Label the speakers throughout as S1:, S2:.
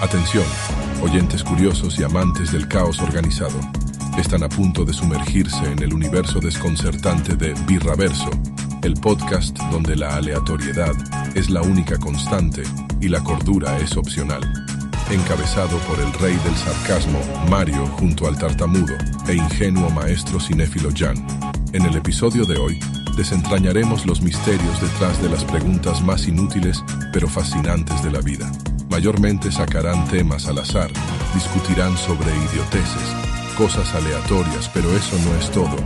S1: Atención, oyentes curiosos y amantes del caos organizado. Están a punto de sumergirse en el universo desconcertante de Birraverso, el podcast donde la aleatoriedad es la única constante y la cordura es opcional. Encabezado por el rey del sarcasmo, Mario, junto al tartamudo e ingenuo maestro cinéfilo Jan. En el episodio de hoy, desentrañaremos los misterios detrás de las preguntas más inútiles pero fascinantes de la vida. Mayormente sacarán temas al azar, discutirán sobre idioteces, cosas aleatorias, pero eso no es todo,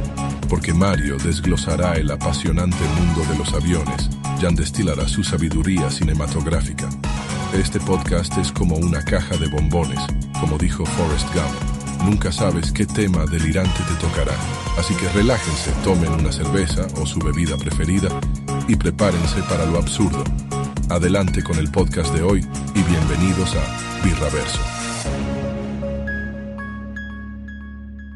S1: porque Mario desglosará el apasionante mundo de los aviones, Jan destilará su sabiduría cinematográfica. Este podcast es como una caja de bombones, como dijo Forrest Gump. Nunca sabes qué tema delirante te tocará, así que relájense, tomen una cerveza o su bebida preferida y prepárense para lo absurdo. Adelante con el podcast de hoy y bienvenidos a Birraverso.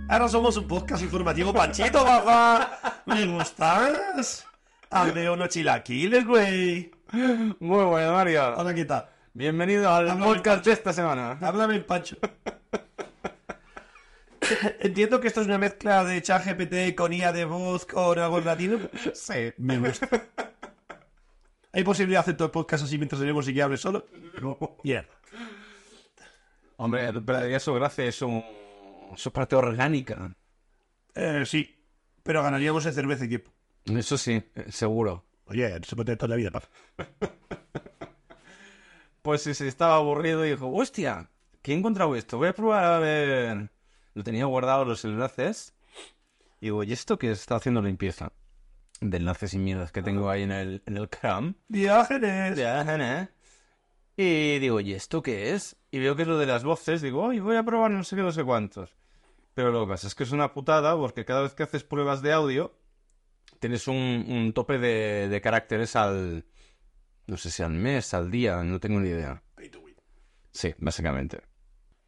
S2: Ahora somos un podcast informativo, Panchito, papá. ¿Me gustas? Hazme unos chilaquiles, güey.
S3: Muy bueno, Mario.
S2: Hola, ¿qué tal?
S3: Bienvenido al
S2: Hablamos
S3: podcast de esta semana.
S2: Háblame en Pancho. Entiendo que esto es una mezcla de ChatGPT con IA de voz con algo en latino.
S3: Sí.
S2: Me gusta. ¿Hay posibilidad de hacer todo el podcast así mientras tenemos y que hable solo? No. Yeah.
S3: Hombre, pero eso gracias, es un... Eso es parte orgánica.
S2: Eh, sí. Pero ganaríamos en cerveza y tiempo.
S3: Eso sí, eh, seguro.
S2: Oye, se puede tener toda la vida, papá.
S3: Pues si se estaba aburrido y dijo, hostia, que he encontrado esto, voy a probar a ver... Lo tenía guardado los enlaces. Y digo, ¿y esto que está haciendo limpieza? De enlaces y mierdas que tengo ahí en el, en el CRAM.
S2: Diógenes.
S3: Ya, ¿eh? Y digo, ¿y esto qué es? Y veo que es lo de las voces, digo, hoy voy a probar no sé qué, no sé cuántos. Pero lo que pasa es que es una putada porque cada vez que haces pruebas de audio, tienes un, un tope de, de caracteres al... No sé si al mes, al día, no tengo ni idea. Sí, básicamente.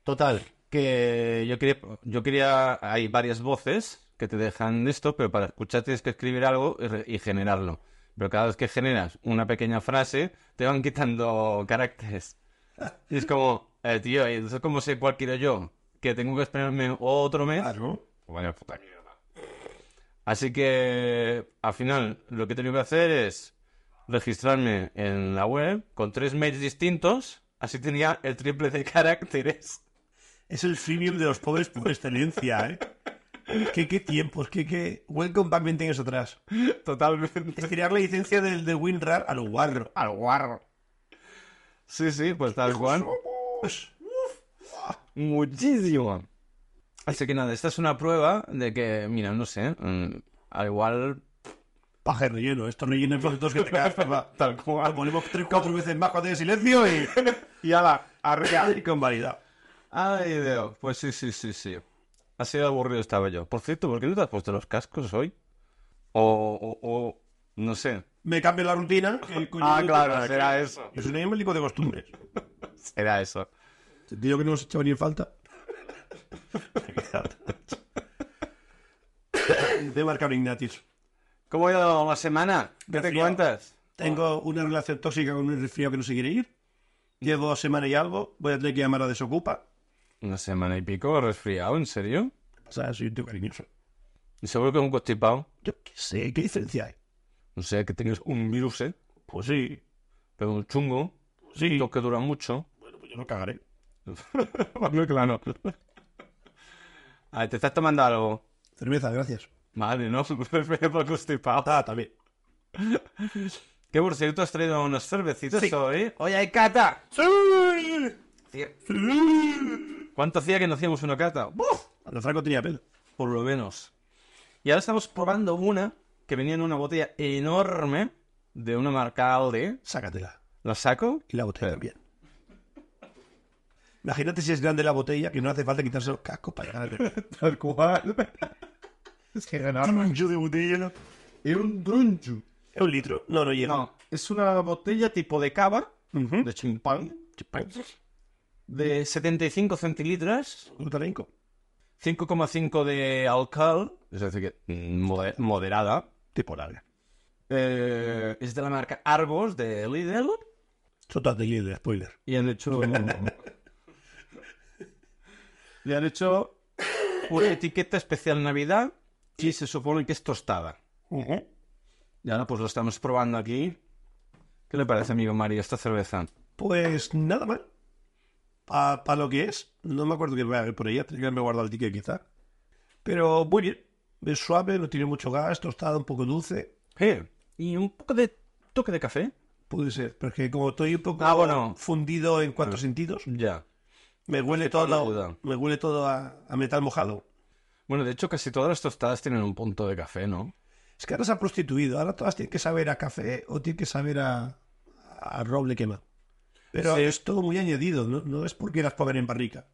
S3: Total, que yo quería, yo quería, hay varias voces que te dejan esto, pero para escuchar tienes que escribir algo y re- y generarlo. Pero cada vez que generas una pequeña frase, te van quitando caracteres. Y es como, eh, tío, ¿y entonces cómo sé cuál quiero yo? ¿Que tengo que esperarme otro mes?
S2: Claro.
S3: Pues Vaya puta mierda. Así que al final lo que he tenido que hacer es registrarme en la web con tres mails distintos. Así tenía el triple de caracteres.
S2: Es el freemium de los pobres por excelencia, ¿eh? ¿Qué, qué tiempos? ¿Qué, qué? Welcome back 20 años atrás.
S3: Totalmente.
S2: Es tirar la licencia del de WinRAR a lo guarro.
S3: Al guarro. Sí, sí, pues tal cual.
S2: Pues,
S3: Muchísimo. Así que nada, esta es una prueba de que, mira, no sé, mm, al igual...
S2: Paje relleno. Esto relleno es todos que te cagas, papá.
S3: Tal cual.
S2: Lo ponemos tres, cuatro veces más cuando hay silencio y...
S3: Y ala, arriba.
S2: y con validad.
S3: Ay, Dios. Pues sí, sí, sí, sí. Así de aburrido estaba yo. Por cierto, ¿por qué no te has puesto los cascos hoy? O, o, o- no sé.
S2: Me cambio la rutina. que coño
S3: Ah,
S2: no
S3: claro,
S2: tengo-
S3: será eso.
S2: Es un animalico de costumbres.
S3: Era eso.
S2: Te digo que no nos echaba ni en falta. De marcar Ignatis.
S3: ¿Cómo ha ido la semana? ¿Qué te
S2: Resfriado.
S3: cuentas?
S2: Tengo una relación tóxica con un resfriado que no se quiere ir. Llevo dos semanas y algo. Voy a tener que llamar a Desocupa.
S3: Una semana y pico resfriado, ¿en serio?
S2: O sea, soy un tío cariñoso.
S3: Y seguro que es un constipado.
S2: Yo qué sé, ¿qué diferencia hay?
S3: No sé, que tienes un virus, ¿eh?
S2: Pues sí,
S3: Pero un chungo.
S2: sí.
S3: Los que duran mucho.
S2: Bueno, pues yo no cagaré.
S3: Muy claro. A ver, ¿te estás tomando algo?
S2: Cerveza, gracias.
S3: Vale, ¿no? Prefiero por constipado.
S2: Ah, también.
S3: Que por cierto has traído unos cervecitos
S2: Sí.
S3: hoy. ¡Oye, hay cata! ¿Cuánto hacía que no hacíamos una cata? ¡Buf!
S2: Cuando Franco tenía pelo.
S3: Por lo menos. Y ahora estamos probando una que venía en una botella enorme de una marca Aldi.
S2: Sácatela.
S3: ¿La saco?
S2: Y la botella también. Imagínate si es grande la botella que no hace falta quitarse los cascos para ganar.
S3: Tal cual.
S4: Es que ganar
S2: Yo de botella.
S4: es un drunchu.
S2: Es un litro. No, no llega.
S3: No, es una botella tipo de cava,
S2: Ujú.
S3: de chimpán, de 75 centilitros,
S2: Un talenco.
S3: 5,5 de alcohol, es decir, que mm, mode- moderada.
S2: Tipo larga.
S3: Eh, es de la marca Argos de Lidl
S2: Sotas de líder, spoiler.
S3: y han hecho Le han hecho una etiqueta especial Navidad y se supone que es tostada. Y ahora pues lo estamos probando aquí. ¿Qué le parece, amigo Mario, esta cerveza?
S2: Pues nada mal. Para lo que es, no me acuerdo que voy a ver por ella, tendría que haberme guardado el ticket quizá. Pero muy bien, es suave, no tiene mucho gas, tostada, un poco dulce.
S3: Eh, y un poco de toque de café.
S2: Puede ser, pero es que como estoy un poco
S3: Ah, bueno. Ah.
S2: fundido en cuatro sentidos,
S3: Ya.
S2: me huele todo,
S3: duda.
S2: me huele todo a, a metal mojado.
S3: Bueno, de hecho casi todas las tostadas tienen un punto de café, ¿no?
S2: Es que ahora se ha prostituido, ahora todas tienen que saber a café o tienen que saber a, a roble quema. Pero
S3: Sí.
S2: es todo muy añadido, ¿no? no es porque las pongan en barrica.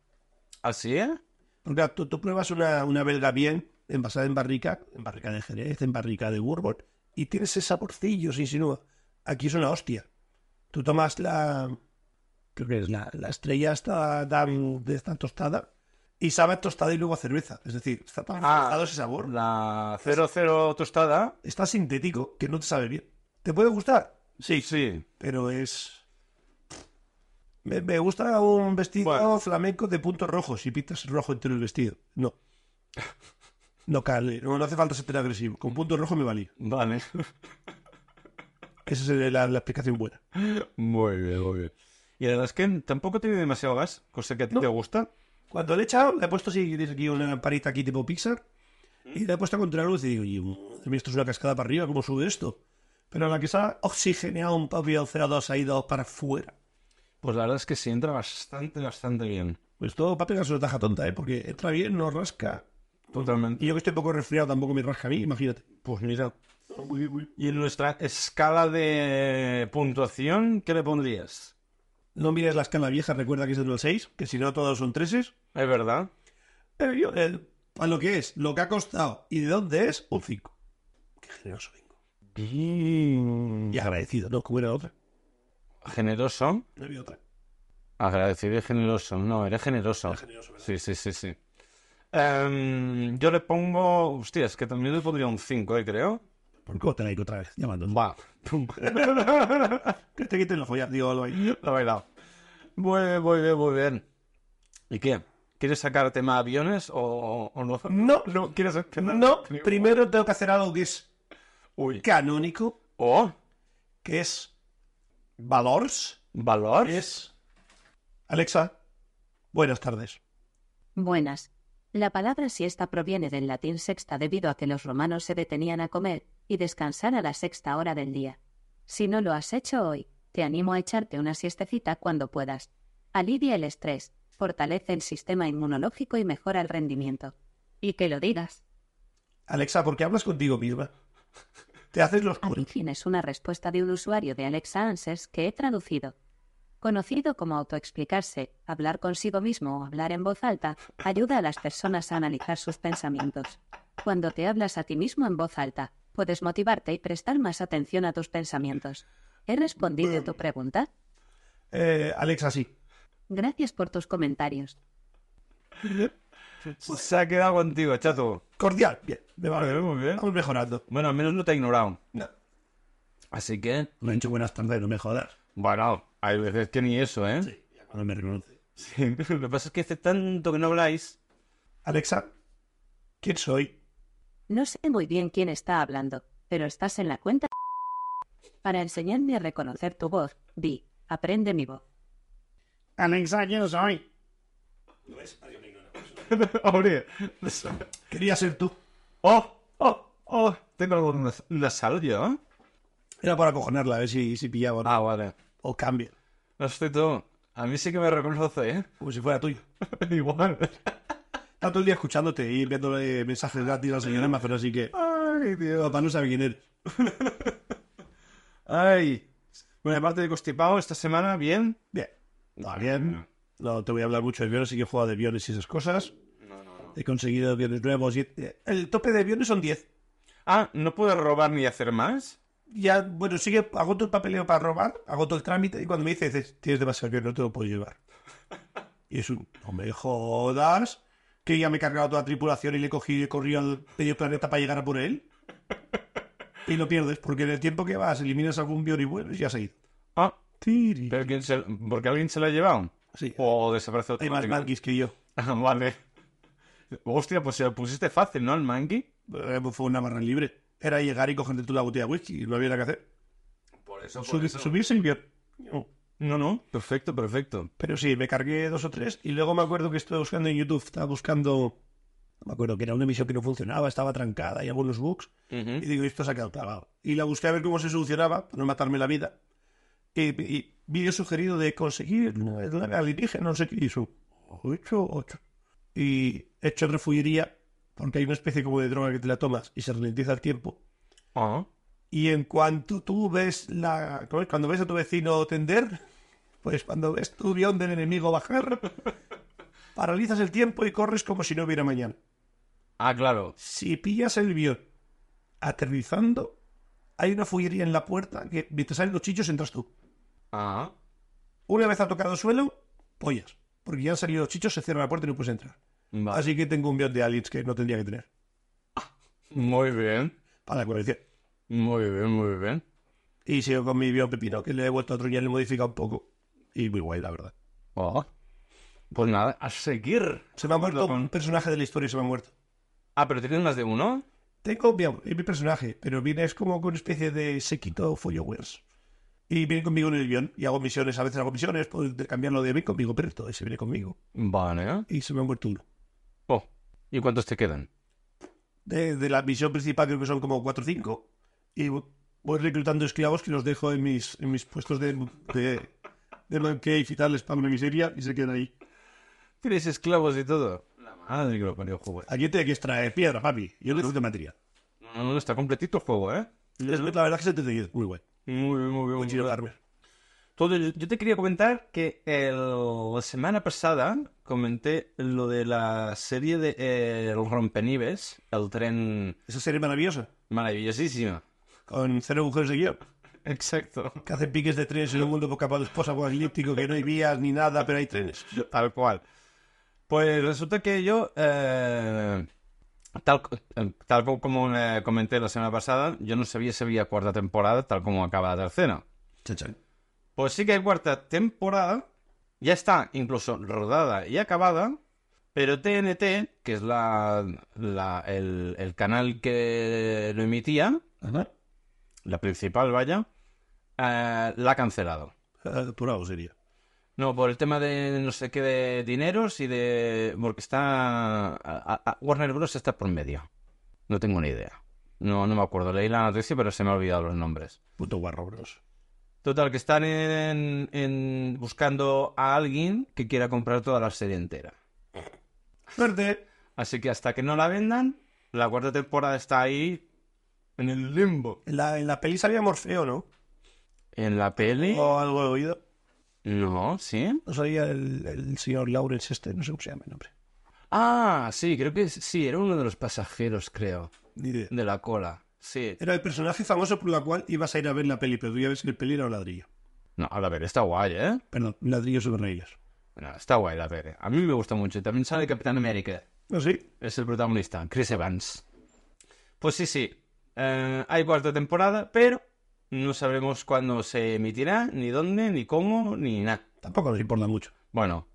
S3: ¿Así, eh?
S2: Porque claro, tú, tú pruebas una, una belga bien, envasada en barrica, en barrica de Jerez, en barrica de Bourbon, y tienes ese saborcillo, se insinúa. Aquí es una hostia. Tú tomas la. Creo que es la, la estrella esta Dan de esta tostada, y sabe a tostada y luego a cerveza. Es decir, está tan
S3: Ah.
S2: forzado ese sabor.
S3: La 00 tostada.
S2: Está sintético, que no te sabe bien. ¿Te puede gustar?
S3: Sí. Sí.
S2: Pero es. Me, me gusta un vestido
S3: Bueno.
S2: flamenco de puntos rojos y pintas rojo entre el vestido. No. No cale, no, no hace falta ser tan agresivo. Con puntos rojos me valía.
S3: Vale.
S2: Esa sería la, la explicación buena.
S3: Muy bien, muy bien. Y la verdad es que tampoco tiene demasiado gas, cosa que a ti te gusta.
S2: Cuando le he echado, le he puesto así, tienes aquí una lamparita aquí tipo Pixar, y le he puesto contra la luz y digo, "Y, madre mía, esto es una cascada para arriba, ¿cómo sube esto? Pero a la que se ha oxigeneado un papel CO2 ha ido para afuera.
S3: Pues la verdad es que sí, entra bastante, bastante bien.
S2: Pues todo papel es una taja tonta, ¿eh? Porque entra bien, no rasca.
S3: Totalmente.
S2: Y yo que estoy un poco resfriado tampoco me rasca a mí, imagínate.
S3: Pues mira. Y en nuestra escala de puntuación, ¿qué le pondrías?
S2: No mires la escala vieja, recuerda que es del 1 al 6, que si no todos son 3
S3: Es verdad.
S2: Pero yo, el- a lo que es, lo que ha costado y de dónde es, un 5. Qué generoso vengo. Y agradecido, ¿no? Como era la otra.
S3: Generoso.
S2: No había otra.
S3: Agradecido y generoso. No, eres generoso.
S2: Era generoso, ¿verdad?
S3: Sí, sí, sí, sí. Em, yo le pongo. Hostia, es que también le pondría un 5, eh, creo.
S2: ¿Por qué te la digo otra vez? Llamando.
S3: Va.
S2: Que te quiten la follar, digo, lo ahí.
S3: Lo he bailado. Muy bien, muy bien, muy bien. ¿Y qué? ¿Quieres sacar tema aviones o, o- o no?
S2: No,
S3: no, ¿quieres empezar?
S2: No, primero tengo que hacer algo que es
S3: Uy.
S2: canónico,
S3: ¿O?
S2: que es valores.
S3: ¿Valor?
S2: Es. Alexa, buenas tardes.
S5: Buenas. La palabra siesta proviene del latín sexta debido a que los romanos se detenían a comer y descansar a la sexta hora del día. Si no lo has hecho hoy, te animo a echarte una siestecita cuando puedas. Alivia el estrés, fortalece el sistema inmunológico y mejora el rendimiento. Y que lo digas.
S2: Alexa, ¿por qué hablas contigo misma? Te haces los culos.
S5: Origin es una respuesta de un usuario de Alexa Answers que he traducido. Conocido como autoexplicarse, hablar consigo mismo o hablar en voz alta, ayuda a las personas a analizar sus pensamientos. Cuando te hablas a ti mismo en voz alta, puedes motivarte y prestar más atención a tus pensamientos. ¿He respondido a tu pregunta?
S2: Eh, Alexa, sí.
S5: Gracias por tus comentarios.
S3: Se ha quedado contigo, chato.
S2: Cordial, bien, me va bien.
S3: muy bien.
S2: Vamos mejorando.
S3: Bueno, al menos no te ha ignorado.
S2: No.
S3: Así que,
S2: Me he hecho buenas tardes, no me jodas.
S3: bueno, hay veces que ni eso, ¿eh?
S2: Sí, ya cuando me reconoce.
S3: Sí. Lo que pasa es que hace tanto que no habláis.
S2: Alexa, ¿quién soy?
S5: No sé muy bien quién está hablando, pero estás en la cuenta. Para enseñarme a reconocer tu voz, Vi, aprende mi voz.
S4: Alexa, ¿quién soy?
S3: Hombre.
S2: Quería ser tú.
S3: ¡Oh! ¡Oh! ¡Oh! Tengo algo en la- en la sal yo, ¿eh?
S2: Era para acojonarla, a ver si, si pillaba o no.
S3: Ah, vale.
S2: o cambia.
S3: No estoy tú. A mí sí que me reconoce, ¿eh?
S2: Como si fuera tuyo.
S3: Igual.
S2: Está todo el día escuchándote y enviándole mensajes gratis a la señora Amazon, así que.
S3: Ay, tío.
S2: Pero papá no sabe quién eres.
S3: Ay. Bueno, aparte de constipado, esta semana, bien.
S2: Bien. No, bien. No te voy a hablar mucho de aviones, sí que he jugado de aviones y esas cosas. He conseguido aviones nuevos. y- eh, El tope de aviones son 10.
S3: Ah, ¿no puedo robar ni hacer más?
S2: Ya, bueno, sí que hago todo el papeleo para robar, hago todo el trámite y cuando me dice, dices, tienes demasiado que no te lo puedo llevar. Y es un, no me jodas, que ya me he cargado toda la tripulación y le he cogido y he corrido al medio planeta para llegar a por él. Y lo pierdes, porque en el tiempo que vas eliminas algún bión y vuelves y has ido.
S3: Ah,
S2: Tiri.
S3: ¿pero quién se... ¿por qué alguien se lo ha llevado?
S2: Sí.
S3: ¿O desaparece
S2: Hay más
S3: automáticamente?
S2: manguis que yo.
S3: vale. Hostia, pues se lo pusiste fácil, ¿no? Al mangi.
S2: Eh, pues Fue una barra libre. Era llegar y cogerte tú la botella de whisky. Y no había nada que hacer.
S3: Por eso,
S2: Subir- subirse y ver.
S3: No, no. Perfecto, perfecto.
S2: Pero sí, me cargué dos o tres y luego me acuerdo que estuve buscando en YouTube, estaba buscando, no me acuerdo que era una emisión que no funcionaba, estaba trancada y algunos bugs.
S3: ¿Mm?
S2: Y digo, esto se ha quedado clavado. Y la busqué a ver cómo se solucionaba, para no matarme la vida. Y, y vídeo sugerido de conseguir una una alienígena, no sé qué. Y eso, ocho, ocho. Y he hecho refugiría, porque hay una especie como de droga que te la tomas y se ralentiza el tiempo.
S3: Ah.
S2: Y en cuanto tú ves la. ¿cómo es? Cuando ves a tu vecino tender, pues cuando ves tu guión del enemigo bajar, paralizas el tiempo y corres como si no hubiera mañana.
S3: Ah, claro.
S2: Si pillas el guión aterrizando, hay una fullería en la puerta que mientras salen los chichos entras tú.
S3: Ah.
S2: Una vez ha tocado suelo, pollas. Porque ya han salido los chichos, se cierra la puerta y no puedes entrar.
S3: Vale.
S2: Así que tengo un guión de aliens que no tendría que tener.
S3: Muy bien.
S2: Para la colección.
S3: Muy bien, muy bien.
S2: Y sigo con mi guión pepino, que le he vuelto a otro y le he modificado un poco. Y muy guay, la verdad.
S3: Ah. Pues nada, a seguir.
S2: Se me ha muerto
S3: Perdón.
S2: un personaje de la historia, se me ha muerto.
S3: Ah, pero tienes más de uno.
S2: Tengo bien, es mi personaje, pero viene es como con una especie de sequito followers. Y viene conmigo en el guión y hago misiones, a veces hago misiones, puedo cambiarlo de mí conmigo, pero todo ese viene conmigo.
S3: Vale.
S2: Y se me ha muerto uno.
S3: Oh. ¿Y cuántos te quedan?
S2: De, de la misión principal creo que son como 4 o 5. Y vo- voy reclutando esclavos que los dejo en mis, en mis puestos de, de, de man cave y tal, les pago una miseria y se quedan ahí.
S3: Tienes esclavos y todo. La madre que lo parió el juego.
S2: Aquí te que extraer piedra, papi. Yo necesito materia.
S3: No, no, no, está completito el juego, ¿eh?
S2: Es- La verdad que se te muy guay.
S3: Muy bien, muy
S2: Con
S3: bien. muy
S2: Gino
S3: bien.
S2: Garber.
S3: Todo, yo yo te quería comentar que el- la semana pasada comenté lo de la serie de eh, El Rompenieves, el tren
S2: Esa serie maravillosa.
S3: maravillosísimo.
S2: Con cero agujeros de guión.
S3: Exacto.
S2: que hacen piques de trenes en un mundo poco esposa apocalíptico que no hay vías ni nada, pero hay trenes.
S3: Tal cual. Pues resulta que yo, eh, tal, co- eh, tal co- como eh, comenté la semana pasada, yo no sabía si había cuarta temporada tal como acaba la tercera. Pues sí que hay cuarta temporada, ya está incluso rodada y acabada, pero TNT, que es la, la- el, el canal que lo emitía, la principal, vaya, eh, la ha cancelado.
S2: Eh, Por algo sería.
S3: No, por el tema de no sé qué de dineros y de... Porque está... a- a- Warner Bros. está por medio. No tengo ni idea. No, no me acuerdo. Leí la noticia, pero se me han olvidado los nombres.
S2: Puto guarro, bros.
S3: Total, que están en, en- buscando a alguien que quiera comprar toda la serie entera.
S2: Suerte.
S3: Así que hasta que no la vendan, la cuarta temporada está ahí en el limbo.
S2: En la, en la peli salía Morfeo, ¿no?
S3: ¿En la peli?
S2: O algo he oído.
S3: No, ¿sí?
S2: No salía el, el señor Lawrence este, no sé cómo se llama el nombre.
S3: Ah, sí, creo que sí, era uno de los pasajeros, creo,
S2: Ni idea.
S3: de la cola. Sí.
S2: Era el personaje famoso por la cual ibas a ir a ver la peli, pero tú ya ves que el peli era un ladrillo.
S3: No, a ver, está guay, ¿eh?
S2: Perdón, un ladrillo sobre raíles.
S3: No, está guay la peli. A mí me gusta mucho. Y También sale Capitán América.
S2: No Ah, sí.
S3: Es el protagonista, Chris Evans. Pues sí, sí. Eh, hay cuarta temporada, pero no sabremos cuándo se emitirá, ni dónde, ni cómo, ni nada.
S2: Tampoco nos importa mucho.
S3: Bueno,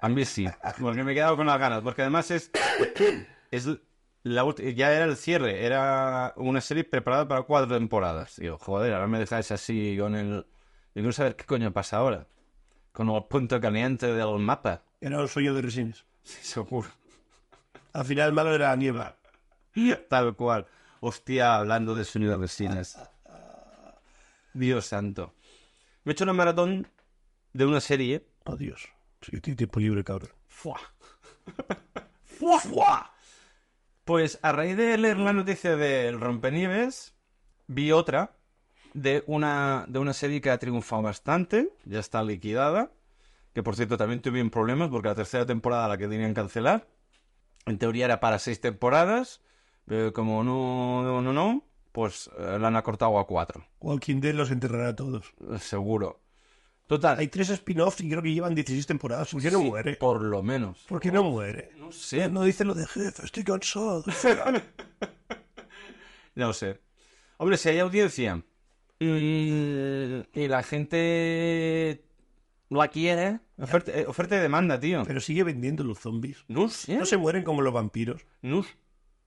S3: a mí sí, porque me he quedado con las ganas, porque además es, es la ulti- ya era el cierre, era una serie preparada para cuatro temporadas. Digo, joder, ahora me dejáis así con el... Yo quiero saber qué coño pasa ahora, con el punto caliente del mapa,
S2: Era un sueño de resines.
S3: Sí, seguro.
S2: Al final el malo era Niebla.
S3: Tal cual. Hostia, hablando de sonido de resinas. Dios santo. Me he hecho una maratón de una serie.
S2: Oh, Dios. Sí, que tiene tiempo libre, cabrón.
S3: ¡Fua! ¡Fua! ¡Fua! Pues a raíz de leer la noticia del Rompenieves, vi otra de una, de una serie que ha triunfado bastante, ya está liquidada, que por cierto también tuvieron problemas porque la tercera temporada la que tenían que cancelar, en teoría era para seis temporadas, pero como no, no, no, no, pues eh, la han acortado a cuatro,
S2: Walking Dead los enterrará a todos.
S3: eh, seguro. Total,
S2: Hay tres spin-offs y creo que llevan 16 temporadas. ¿Por qué no
S3: sí,
S2: muere?
S3: por lo menos.
S2: ¿Por qué no muere?
S3: No sé,
S2: No dice lo de jefe, estoy cansado.
S3: No sé. Hombre, si hay audiencia mm, y la gente la quiere. Oferta, eh, oferta y demanda, tío.
S2: Pero sigue vendiendo los zombies.
S3: No sé.
S2: No se mueren como los vampiros.
S3: No, s-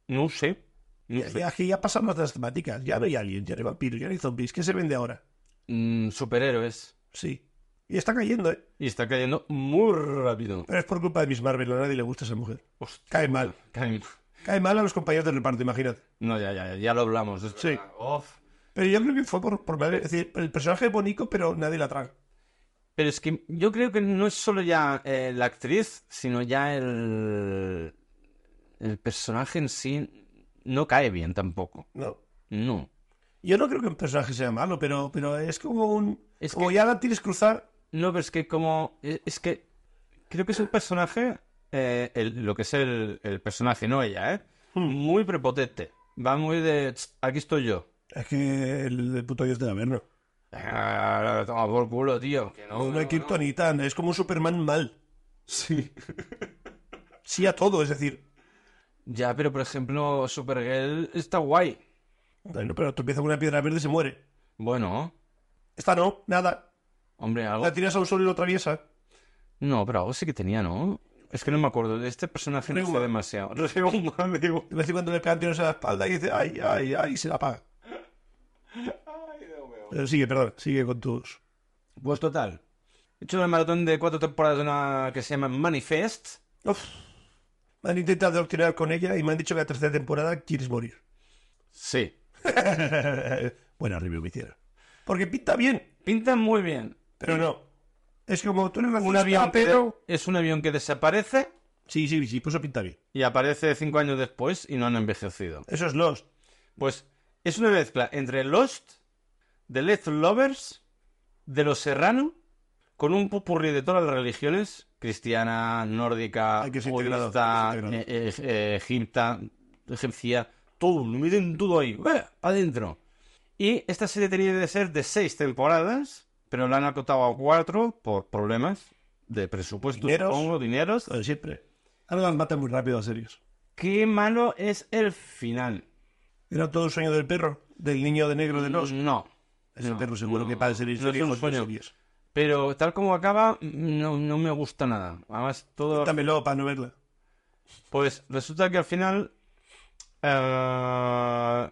S3: no sé. No sé.
S2: Ya, que ya pasaron las temáticas. Ya no hay alguien, ya no hay vampiros, ya no hay zombies. ¿Qué se vende ahora?
S3: Mm, superhéroes.
S2: Sí. Y está cayendo, ¿eh?
S3: Y está cayendo muy rápido.
S2: Pero es por culpa de Miss Marvel. A nadie le gusta esa mujer.
S3: Hostia,
S2: Cae mal.
S3: cae-
S2: Cae mal a los compañeros del reparto, imagínate.
S3: No, ya, ya, ya lo hablamos. es
S2: Sí.
S3: verdad. Uf.
S2: Pero yo creo que fue por, por Marvel. Es decir, el personaje es bonito, pero nadie la traga.
S3: Pero es que yo creo que no es solo ya eh, la actriz, sino ya el... El personaje en sí no cae bien tampoco.
S2: No.
S3: No.
S2: Yo no creo que un personaje sea malo, pero, pero es como un.
S3: Es
S2: como ya la tienes cruzar.
S3: No, pero es que como... Es es que creo que es un personaje, eh, el- lo que es el, el personaje, no ella, ¿eh? Muy prepotente. Va muy de... "Tss, Aquí estoy yo.
S2: Es que el, puto dios del averno.
S3: Ah, toma por culo, tío. Que
S2: No,
S3: no,
S2: no hay kriptonita, es como un Superman mal.
S3: Sí.
S2: Sí a todo, es decir.
S3: Ya, pero por ejemplo, Supergirl está guay.
S2: Bueno, pero tropieza con una piedra verde y se muere.
S3: Bueno,
S2: Esta no, nada.
S3: hombre, algo...
S2: La tiras a un sol y lo atraviesa.
S3: No, pero algo sí que tenía, ¿no? Es que no me acuerdo. De este personaje no
S2: Reuma.
S3: sé demasiado. Reuma, digo.
S2: De vez en cuando le pegan tiros en la espalda y dice, ay, ay, ay, y se la paga. Pero sigue, perdón, sigue con tus.
S3: Pues total. He hecho una maratón de cuatro temporadas de una que se llama Manifest.
S2: Uf. Me han intentado adoctrinar con ella y me han dicho que la tercera temporada quieres morir.
S3: Sí.
S2: Buena review me hicieron. Porque pinta bien,
S3: Pinta muy bien.
S2: pero no. Es como tú eres racista,
S3: Un avión ¿eh? que de-
S2: pero...
S3: Es un avión que desaparece
S2: Sí, sí, sí, pues eso pinta bien.
S3: y aparece cinco años después y no han envejecido.
S2: Eso es Lost.
S3: Pues es una mezcla entre Lost, The Left Lovers, de Los Serrano, con un popurrí de todas las religiones, cristiana, nórdica,
S2: Hay que ser integrado,
S3: budista,
S2: hay que ser
S3: eh, eh, eh, egipta, egipcia, todo, lo meten todo ahí, para adentro. Y esta serie tenía de ser de seis temporadas, pero la han acotado a cuatro por problemas de presupuesto,
S2: Dineros. Eh.
S3: supongo, dineros.
S2: Lo de siempre. Ahora las matan muy rápido a serios.
S3: Qué malo es el final.
S2: Era todo un sueño del perro, del niño de negro de Lost.
S3: No.
S2: Ese
S3: Mm, no,
S2: perro seguro que para ser
S3: no es un sueño. Pero tal como acaba, no, no me gusta nada. Además, todo.
S2: Cuéntamelo para no verla.
S3: Pues resulta que al final. eh,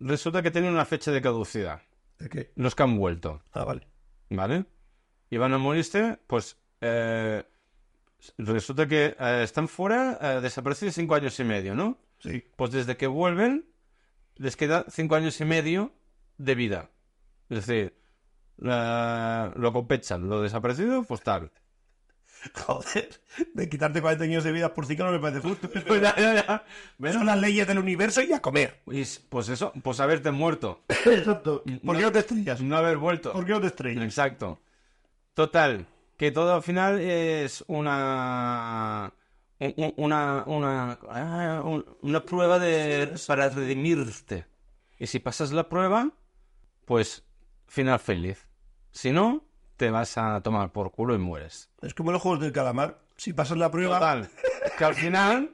S3: resulta que tienen una fecha de caducidad.
S2: ¿De qué?
S3: Los que han vuelto,
S2: Ah, vale.
S3: ¿vale? Y van a morirse, pues. eh, resulta que eh, están fuera, eh, desaparecidos cinco años y medio, ¿no?
S2: Sí.
S3: Pues desde que vuelven, les queda cinco años y medio de vida. Es decir, la- lo compensan, lo desaparecido, pues tal.
S2: Joder, de quitarte 40 años de vida por cinco no me parece justo.
S3: Pues Ya, ya, ya. ¿Ves?
S2: Son las leyes del universo y a comer.
S3: Y es- pues eso, pues haberte muerto,
S2: Exacto. ¿Por qué no te estrellas?
S3: no haber vuelto.
S2: ¿Por qué no te estrellas?
S3: Exacto. Total, que todo al final es una. un- un- Una, una, ah, un- una prueba de, para redimirte. Y si pasas la prueba, pues final feliz. Si no, te vas a tomar por culo y mueres.
S2: Es como los juegos del calamar. Si pasas la prueba,
S3: Total, que al final,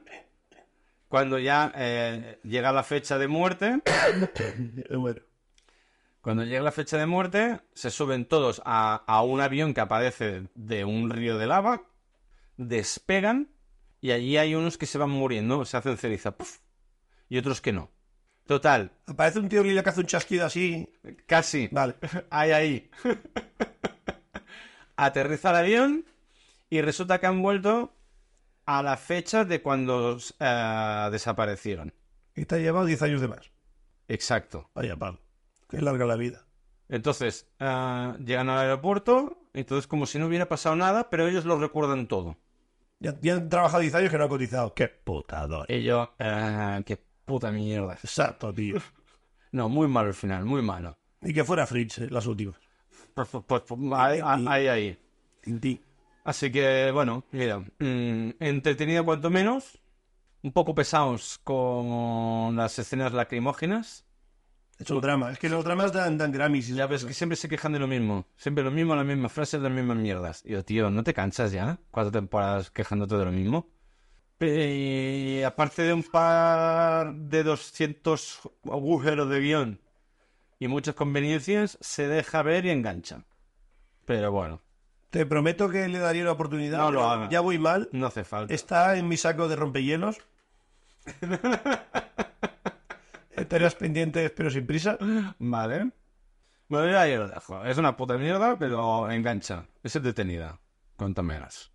S3: cuando ya eh, llega la fecha de muerte,
S2: eh, bueno.
S3: Cuando llega la fecha de muerte, se suben todos a, a un avión que aparece de un río de lava, despegan y allí hay unos que se van muriendo, se hacen ceniza, ¡puf! y otros que no. Total,
S2: Aparece un tío lila que hace un chasquido así.
S3: casi,
S2: Vale.
S3: hay ahí. Aterriza el avión y resulta que han vuelto a la fecha de cuando eh, desaparecieron.
S2: Y te ha llevado 10 años de más.
S3: Exacto.
S2: Vaya palo. Qué larga la vida.
S3: Entonces, ah, llegan al aeropuerto, entonces como si no hubiera pasado nada, pero ellos lo recuerdan todo.
S2: Ya, ya han trabajado 10 años que no han cotizado. Qué putador.
S3: Ellos, ah, qué puta mierda.
S2: Exacto, tío.
S3: No, muy malo el final, muy malo.
S2: Y que fuera Fritz, eh, las últimas.
S3: Pues, pues, pues, pues, ahí, ah, ahí, ahí.
S2: Tintín.
S3: Así que, bueno, mira, mm, entretenido cuanto menos, un poco pesados con las escenas lacrimógenas.
S2: Es un drama. Es que los dramas dan, dan Grammys.
S3: Ya ves que siempre se quejan de lo mismo, siempre lo mismo, las mismas frases, las mismas mierdas. Y yo, tío, ¿no te cansas ya? Cuatro temporadas quejándote de lo mismo. Y aparte de un par de 200 agujeros de guión y muchas conveniencias, se deja ver y engancha. Pero bueno,
S2: Te prometo que le daría la oportunidad.
S3: No lo
S2: pero
S3: hagas.
S2: Ya voy mal.
S3: No hace falta.
S2: Está en mi saco de rompehielos. Tareas pendientes, pero sin prisa.
S3: Vale. Bueno, ya yo lo dejo. Es una puta mierda, pero engancha. Es entretenida. Cuéntame menos.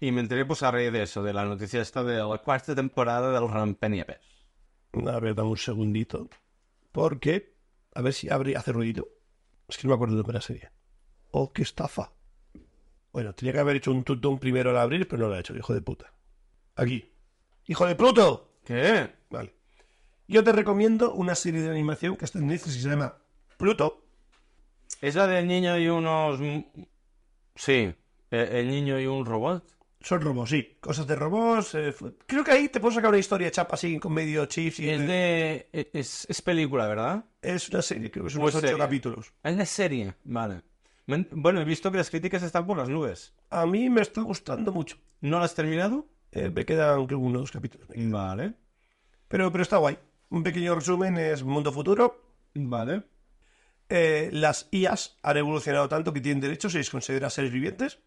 S3: Y me enteré pues a raíz de eso, de la noticia esta de la cuarta temporada del Rampenieves.
S2: A ver, dame un segundito. Porque, a ver si abre, hace ruido. Es que no me acuerdo de la serie. Oh, qué estafa. Bueno, tenía que haber hecho un tutón primero al abrir, pero no lo ha hecho, hijo de puta. Aquí. ¡Hijo de Pluto!
S3: ¿Qué?
S2: Vale. Yo te recomiendo una serie de animación que está en Netflix y se llama Pluto.
S3: ¿Es la del niño y unos... Sí, e- el niño y un robot.
S2: Son robots, sí. Cosas de robots. eh, fu- Creo que ahí te puedo sacar una historia chapa así con medio chips. Y
S3: Es de... e- Es, es película, ¿verdad?
S2: es una serie, creo que son
S3: Pues
S2: unos ocho
S3: serie.
S2: capítulos.
S3: Es de serie. Vale. Me han- Bueno, he visto que las críticas están por las nubes.
S2: A mí me está gustando mucho.
S3: ¿No la has terminado?
S2: Eh, me quedan creo, uno o dos capítulos.
S3: Vale.
S2: Pero, pero está guay. Un pequeño resumen es mundo futuro.
S3: Vale.
S2: Eh, las IAs han evolucionado tanto que tienen derechos y se considera seres vivientes.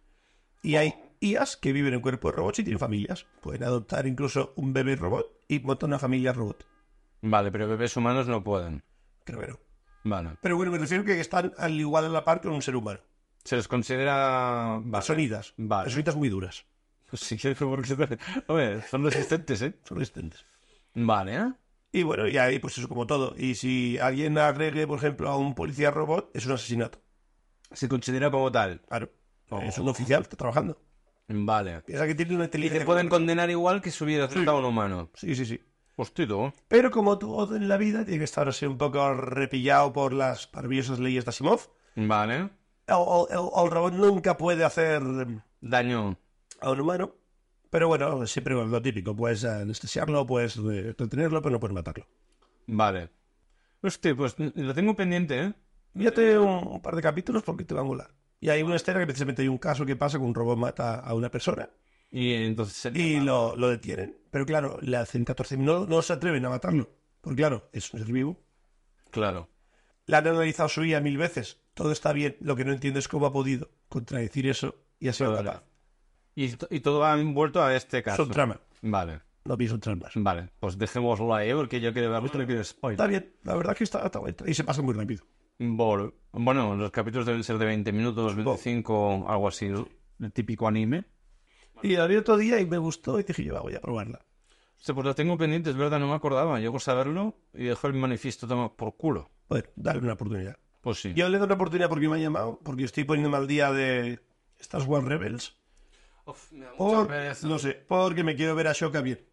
S2: Y hay IAs que viven en cuerpos de robots y tienen familias. Pueden adoptar incluso un bebé robot y montar una familia robot.
S3: Vale, pero bebés humanos no pueden.
S2: Creo que no.
S3: Vale.
S2: Pero bueno, me refiero que están al igual a la par que un ser humano.
S3: Se les considera... Vale.
S2: Son IAs.
S3: Vale.
S2: Son IAs muy duras.
S3: Pues sí, porque- Hombre, son resistentes, ¿eh?
S2: Son resistentes.
S3: Vale, ¿eh?
S2: Y bueno, y ahí pues eso como todo. Y si alguien agregue, por ejemplo, a un policía robot, es un asesinato.
S3: Se considera como tal.
S2: Claro.
S3: Oh.
S2: Es un oficial, está trabajando.
S3: Vale.
S2: Piensa que tiene una
S3: Y
S2: inteligencia.
S3: te pueden condenar igual que si hubiera aceptado un humano.
S2: Sí, sí, sí.
S3: Hostia, tú.
S2: Pero como todo en la vida, tiene que estar así un poco repillado por las maravillosas leyes de Asimov.
S3: Vale.
S2: El, el- el robot nunca puede hacer eh,
S3: Daño.
S2: a un humano. Pero bueno, siempre lo típico. Puedes anestesiarlo, puedes eh, retenerlo, pero no puedes matarlo.
S3: Vale. Hostia, pues lo tengo pendiente, ¿eh?
S2: Mírate un, un par de capítulos porque te va a molar. Y hay una escena que precisamente hay un caso que pasa que un robot mata a una persona
S3: Y entonces... sería-
S2: y lo, lo detienen. Pero claro, le hacen 14 no, no se atreven a matarlo. Porque claro, es un ser vivo.
S3: Claro.
S2: La han analizado su IA mil veces. Todo está bien. Lo que no entiendo es cómo ha podido contradecir eso y ha sido
S3: Vale.
S2: capaz.
S3: Y, to- y todo va envuelto a este caso.
S2: Son tramas.
S3: Vale.
S2: No pienso en tramas.
S3: Vale. Pues dejémoslo ahí, porque yo quiero verlo y no quiero spoiler.
S2: Está bien. La verdad es que está, está guay. Y se pasa muy rápido.
S3: Bol- Bueno, los capítulos deben ser de 20 minutos, 25, algo así, el típico anime.
S2: Y la vi otro día y me gustó y dije, yo "Va, voy a probarla.
S3: Sí, pues lo tengo pendiente, es verdad, no me acordaba. Llego a saberlo y dejo el manifiesto tomado por culo.
S2: Bueno, dale una oportunidad.
S3: Pues sí.
S2: Yo le doy una oportunidad porque me ha llamado, porque estoy poniéndome al día de Star Wars Rebels. Por, no sé, porque me quiero ver a Shoka bien.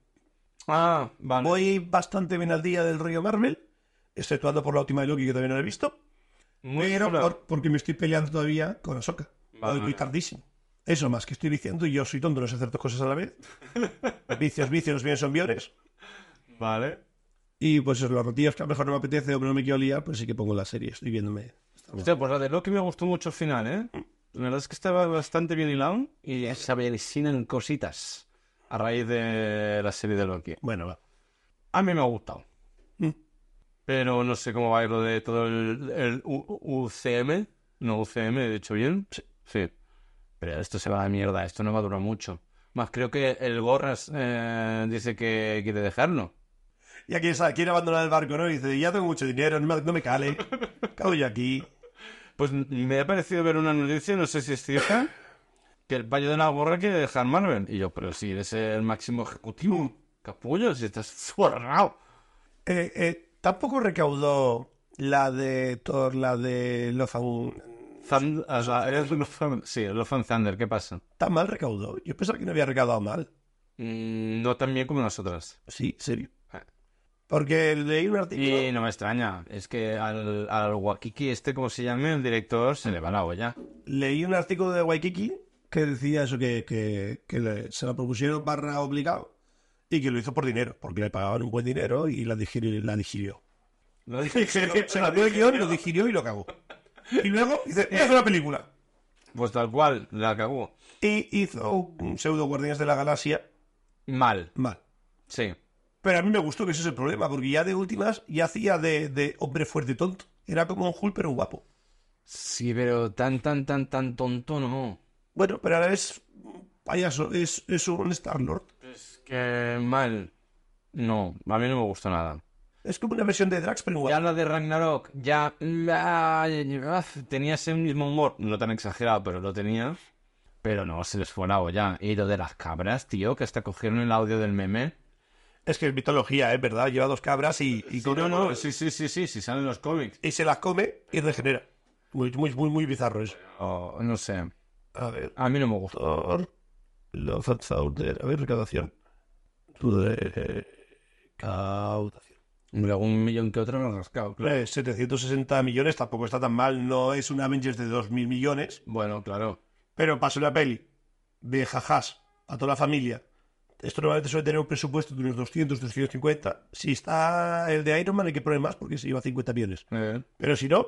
S3: Ah, vale.
S2: Voy bastante bien al día del rollo Marvel, exceptuando por la última de Loki que también no la he visto.
S3: Muy
S2: Pero
S3: sola.
S2: por- porque me estoy peleando todavía con Ahsoka.
S3: Vale.
S2: Estoy tardísimo. Eso más que estoy diciendo, y yo soy tonto, no sé hacer dos cosas a la vez. vicios, vicios, bien son viones.
S3: Vale.
S2: Y pues eso, los retiros que a lo mejor no me apetece o no me quiero liar, pues sí que pongo la serie, estoy viéndome.
S3: Hostia, pues la de Loki me gustó mucho el final, ¿eh? La verdad es que estaba bastante bien hilado y ya se avecinan cositas a raíz de la serie de Loki.
S2: Bueno, va.
S3: A mí me ha gustado.
S2: Mm.
S3: Pero no sé cómo va a ir lo de todo el, el U- U- UCM. No, UCM, he dicho bien. Sí. Pero esto se va a la mierda, esto no va a durar mucho. Más creo que el Gorras eh, dice que quiere dejarlo.
S2: Y aquí sabe, quiere abandonar el barco, ¿no? Y dice, ya tengo mucho dinero, no me, no me cale. Cago yo aquí.
S3: Pues n- me ha parecido ver una noticia, no sé si es cierta, que el payo de la gorra quiere dejar Marvel. Y yo, pero si eres el máximo ejecutivo, capullo, si estás forrado.
S2: Eh, eh, tampoco recaudó la de Thor, la de Love and-
S3: Thund- o sea, eres Love and- sí, Love and Thunder, ¿qué pasa?
S2: Tan mal recaudó. Yo pensaba que no había recaudado mal.
S3: Mm, no tan bien como nosotras.
S2: Sí, serio. Eh.
S3: Ah.
S2: Porque leí un artículo.
S3: Y no me extraña, es que al, al Wakiki este, como se llame, el director se le va la olla.
S2: leí un artículo de Waikiki que decía eso, que, que- que le- se la propusieron barra obligado y que lo hizo por dinero, porque le pagaban un buen dinero y la, digir- la digirió.
S3: Lo dije.
S2: Se la dio el guión y lo digirió y lo cagó. Y luego dice, es una película.
S3: Pues tal cual, la cagó.
S2: Y hizo un pseudo Guardianes de la Galaxia
S3: Mal,
S2: mal.
S3: sí.
S2: Pero a mí me gustó que ese es el problema, porque ya de últimas ya hacía de, de hombre fuerte y tonto. Era como un Hulk, pero guapo.
S3: Sí, pero tan, tan, tan, tan tonto no.
S2: Bueno, pero ahora es un payaso, es, es un Star-Lord.
S3: Es que mal. No, a mí no me gusta nada.
S2: Es como una versión de Drax, pero igual.
S3: Ya la de Ragnarok, ya la- tenía ese mismo humor, no tan exagerado, pero lo tenía. Pero no, se les fue la olla. Y lo de las cabras, tío, que hasta cogieron el audio del meme.
S2: Es que es mitología, es verdad. Lleva dos cabras y, y, con-
S3: no, no, sí, sí, sí, sí, sí, salen los cómics.
S2: y se las come y regenera. Muy, muy, muy, muy bizarro eso.
S3: O, no sé,
S2: A ver.
S3: a mí no me gusta.
S2: Thor, Love and Thunder. A ver, recaudación. Recaudación.
S3: Luego un millón que otro me han rascado, claro.
S2: Hombre, 760 millones tampoco está tan mal. No es un Avengers de 2.000 millones.
S3: Bueno, claro.
S2: Pero pasó una peli de jajás a toda la familia. Esto normalmente suele tener un presupuesto de unos 200, 250. Si está el de Iron Man hay que poner más porque se lleva 50 millones.
S3: Eh.
S2: Pero si no,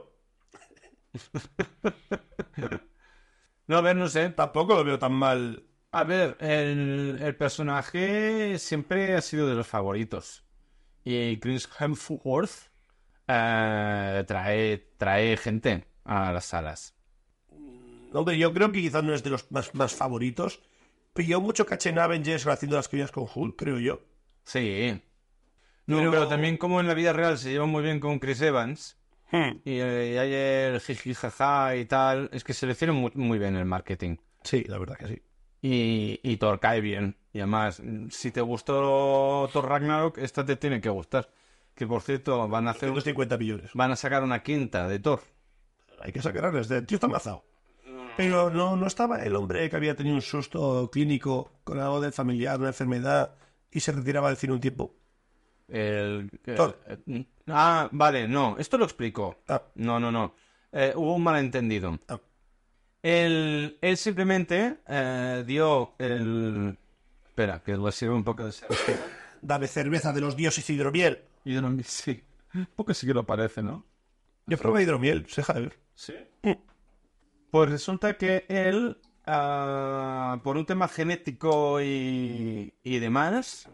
S3: No, a ver, no sé.
S2: tampoco lo veo tan mal.
S3: A ver, el, el personaje siempre ha sido de los favoritos. Y Chris Hemsworth eh, trae, trae gente a las salas.
S2: Hombre, yo creo que quizás no es de los más, más favoritos. Pilló mucho caché en Avengers haciendo las cosas con Hulk, creo yo.
S3: Sí. No,
S2: Pero-
S3: pero... también como en la vida real se lleva muy bien con Chris Evans. Y, eh, y hay el jiji jaja y tal. Es que se le hicieron muy, muy bien el marketing.
S2: Sí, la verdad que sí.
S3: Y, y Thor cae bien. Y además, mm, si te gustó Thor Ragnarok, esta te tiene que gustar. Que por cierto, van a hacer un-
S2: 150 millones.
S3: van a sacar una quinta de Thor.
S2: Hay que sacarles. El tío está amazado. Pero no, no estaba el hombre que había tenido un susto clínico con algo de familiar, una enfermedad, y se retiraba del cine un tiempo.
S3: El,
S2: Thor.
S3: eh, ah, vale, no, esto lo explico.
S2: Ah.
S3: No, no, no. Eh, hubo un malentendido.
S2: Ah.
S3: Él, él simplemente eh, dio el... Espera, que lo sirve un poco de cerveza.
S2: Dame cerveza de los dioses hidromiel.
S3: Y no, sí. Porque sí que lo parece, ¿no?
S2: Yo probé hidromiel, se deja de ver.
S3: Sí.
S2: Mm.
S3: Pues resulta que él, ah, por un tema genético y, y demás,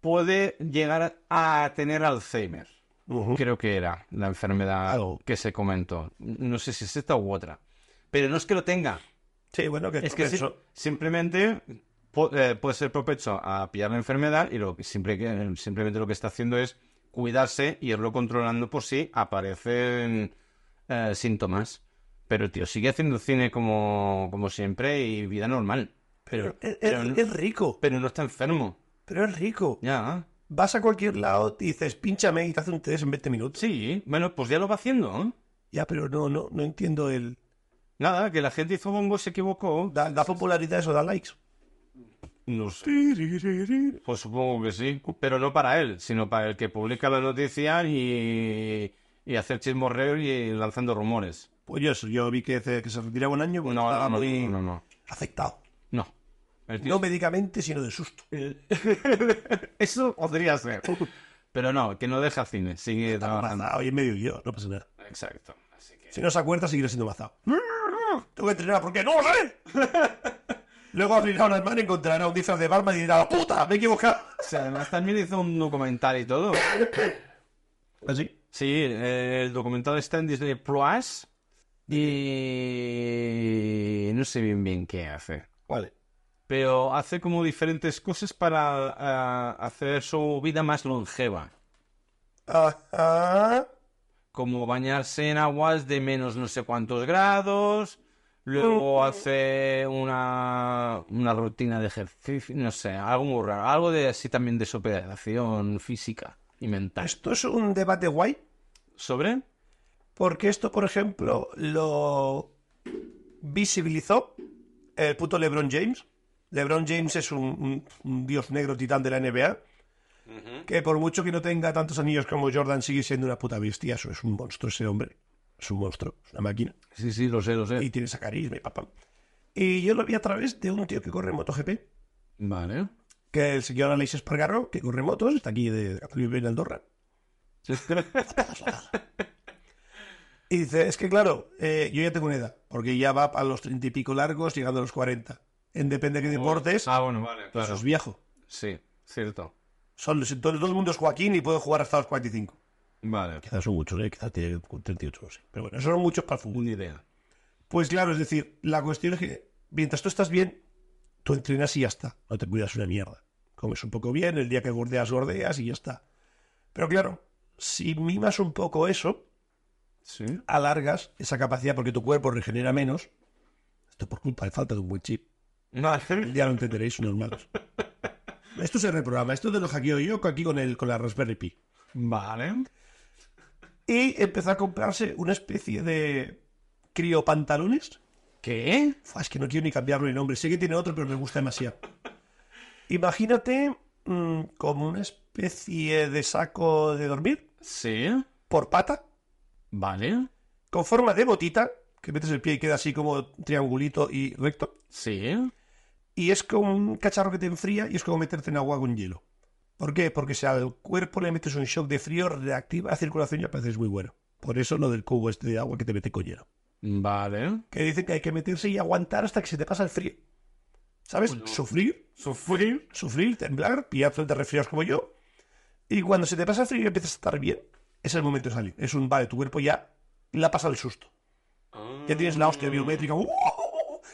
S3: puede llegar a tener Alzheimer.
S2: Ujú.
S3: Creo que era la enfermedad
S2: Algo.
S3: que se comentó. No sé si es esta u otra. Pero no es que lo tenga.
S2: Sí, bueno, que
S3: Es que si-
S2: eso.
S3: simplemente po- eh, puede ser propenso a pillar la enfermedad y lo que siempre que- simplemente lo que está haciendo es cuidarse y irlo controlando por si aparecen eh, síntomas. Pero, tío, sigue haciendo cine como, como siempre y vida normal. Pero,
S2: Es,
S3: pero,
S2: es-
S3: no,
S2: Eh, es rico,
S3: pero no está enfermo.
S2: pero es rico.
S3: Ya.
S2: Vas a cualquier lado y dices, pinchame y te hace un test en 20 minutos.
S3: Sí, bueno, pues ya lo va haciendo. ¿eh?
S2: Ya, pero no, no, no entiendo el.
S3: Nada, que la gente hizo bombo, se equivocó.
S2: Da, da popularidad eso, da likes.
S3: No sé. Pues supongo que sí, pero no para él, sino para el que publica la noticia y, y hacer chismorreo y lanzando rumores.
S2: Pues yo, eso, yo vi que, se- que se retiraba un año,
S3: No,
S2: pues
S3: no,
S2: estaba
S3: no,
S2: muy
S3: no, no, no.
S2: afectado.
S3: No. El tío-
S2: No médicamente, sino de susto.
S3: Eso podría ser. Pero no, que no deja cine, sigue trabajando.
S2: Mazao, y en medio yo, no pasa nada.
S3: Exacto. Así que...
S2: Si no se acuerda, seguiré siendo mazao. Tengo que entrenar porque no lo sé. Luego abrirá una hermana, encontrará un disfraz de Batman y dirá, ¡la puta! Me he equivocado.
S3: O sea, además también hizo un documental y todo.
S2: Así.
S3: Sí, eh, el documental está en Disney Plus y no sé bien bien qué hace.
S2: Vale.
S3: pero hace como diferentes cosas para ah, hacer su vida más longeva,
S2: Ajá.
S3: como bañarse en aguas de menos no sé cuántos grados, luego hace una, una rutina de ejercicio, no sé, algo muy raro, algo de así también de superación física y mental.
S2: Esto es un debate guay.
S3: ¿Sobre?
S2: Porque esto, por ejemplo, lo visibilizó el puto LeBron James. LeBron James es un, un- un dios negro titán de la NBA. Que por mucho que no tenga tantos anillos como Jordan, sigue siendo una puta bestia. Eso es un monstruo ese hombre. Es un monstruo, es una máquina.
S3: Sí, sí, lo sé, lo sé.
S2: Y tiene esa carisma y papá. Y yo lo vi a través de un tío que corre MotoGP,
S3: Vale.
S2: que es el señor Alex Espargarro, que corre motos, está aquí de Cataluña vive en Andorra. Y dice, es que claro, eh, yo ya tengo una edad, porque ya va a los treinta y pico largos, llegando a los 40. En depende de qué deportes,
S3: Ah, bueno, vale,
S2: pues
S3: claro.
S2: es viejo.
S3: Sí, cierto.
S2: Son, los- todo, todo el mundo es Joaquín y puede jugar hasta los 45.
S3: Vale.
S2: Quizás son muchos, ¿eh? quizás tiene 38, no sé. Pero bueno, esos son muchos para el fútbol.
S3: Una idea.
S2: Pues claro, es decir, la cuestión es que mientras tú estás bien, tú entrenas y ya está. No te cuidas una mierda. Comes un poco bien, el día que gordeas, gordeas y ya está. Pero claro, si mimas un poco eso,
S3: Sí.
S2: alargas esa capacidad porque tu cuerpo regenera menos. Esto por culpa de falta de un buen chip.
S3: Vale.
S2: Ya lo entenderéis, unos malos. Esto se reprograma, esto te lo hackeo yo aquí con, el, con la Raspberry Pi.
S3: Vale.
S2: Y empezó a comprarse una especie de criopantalones.
S3: ¿Qué?
S2: Fua, es que no quiero ni cambiarle el nombre, sé que tiene otro, pero me gusta demasiado. Imagínate mm, como una especie de saco de dormir
S3: Sí.
S2: por pata,
S3: Vale.
S2: con forma de botita, que metes el pie y queda así como triangulito y recto.
S3: Sí.
S2: y es como un cacharro que te enfría y es como meterte en agua con hielo. ¿Por qué? Porque si al cuerpo le metes un shock de frío, reactiva la circulación y a veces es muy bueno. Por eso lo del cubo este de agua que te mete con hielo.
S3: Vale.
S2: Que dicen que hay que meterse y aguantar hasta que se te pasa el frío. ¿Sabes? Sufrir,
S3: Sufrir.
S2: sufrir, temblar, pillarte de resfriados como yo. Y cuando se te pasa el frío y empiezas a estar bien, es el momento de salir. Es un, vale, tu cuerpo ya la pasa el susto. Ya tienes la hostia biométrica ¡uh!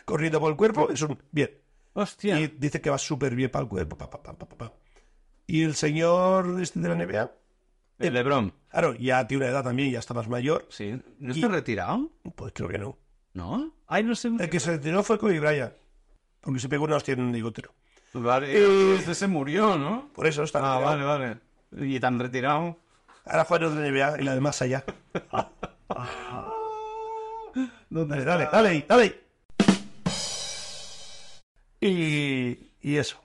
S2: corriendo por el cuerpo. Es un, bien,
S3: Hostia.
S2: y dice que va súper bien para el cuerpo. pa, pa, pa, pa, pa, pa. Y el señor este de la NBA,
S3: El Lebron.
S2: claro, ya tiene una edad también, ya está más mayor.
S3: Sí.
S2: Y-
S3: ¿No está retirado?
S2: Pues creo que no.
S3: ¿No? Ay, no sé.
S2: El que se retiró fue Kobe Bryant, porque se pegó una hostia en un helicóptero.
S3: Vale. Este se murió, ¿no?
S2: Por eso está
S3: Ah,
S2: retirado.
S3: vale, vale. Y tan retirado.
S2: Ahora juega en otra NBA y la de más allá. dale, dale, dale, ahí, dale. ahí. Y, y eso.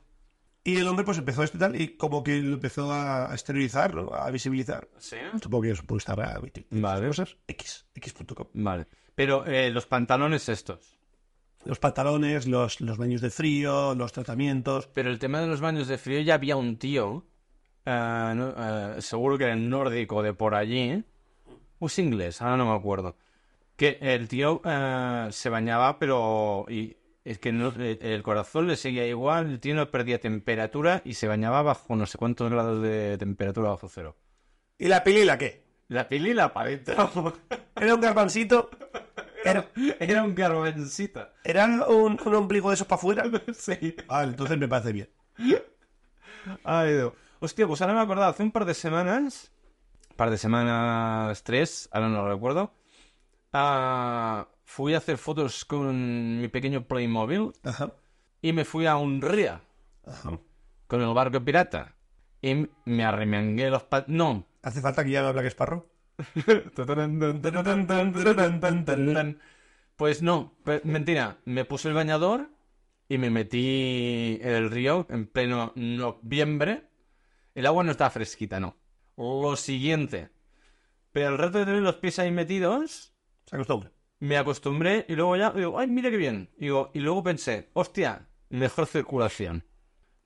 S2: Y el hombre pues empezó esto y tal, y como que lo empezó a exteriorizar, ¿no? a visibilizar.
S3: Sí.
S2: Supongo que eso puede estar a
S3: Vale.
S2: X, X.com.
S3: Vale. Pero eh, los pantalones estos.
S2: Los pantalones, los, los baños de frío, los tratamientos.
S3: Pero el tema de los baños de frío ya había un tío, eh, no- eh, seguro que era nórdico de por allí, o es inglés, ahora no me acuerdo, que el tío eh, se bañaba, pero y es que no- eh, el corazón le seguía igual, el tío no perdía temperatura y se bañaba bajo no sé cuántos grados de temperatura bajo cero.
S2: ¿Y la pilila qué?
S3: La pilila para adentro.
S2: Era un garbancito. Era,
S3: Era un garbancita.
S2: era un, un ombligo de esos para afuera.
S3: Sí.
S2: Vale, entonces me parece bien.
S3: Ay, Dios. Hostia, pues ahora me he acordado, hace un par de semanas, par de semanas, tres, ahora no lo recuerdo, ah, fui a hacer fotos con mi pequeño Playmobil
S2: Ajá.
S3: y me fui a un ría
S2: Ajá.
S3: con el barco pirata. Y m- me arremangué los pat... No.
S2: ¿Hace falta que ya me habla que esparro?
S3: Pues no, pe- mentira. Me puse el bañador y me metí en el río en pleno noviembre. El agua no estaba fresquita, no. Lo siguiente. Pero el rato de tener los pies ahí metidos,
S2: Se acostumbra.
S3: me acostumbré y luego ya digo, ay, mira qué bien. Digo, y luego pensé, hostia, mejor circulación.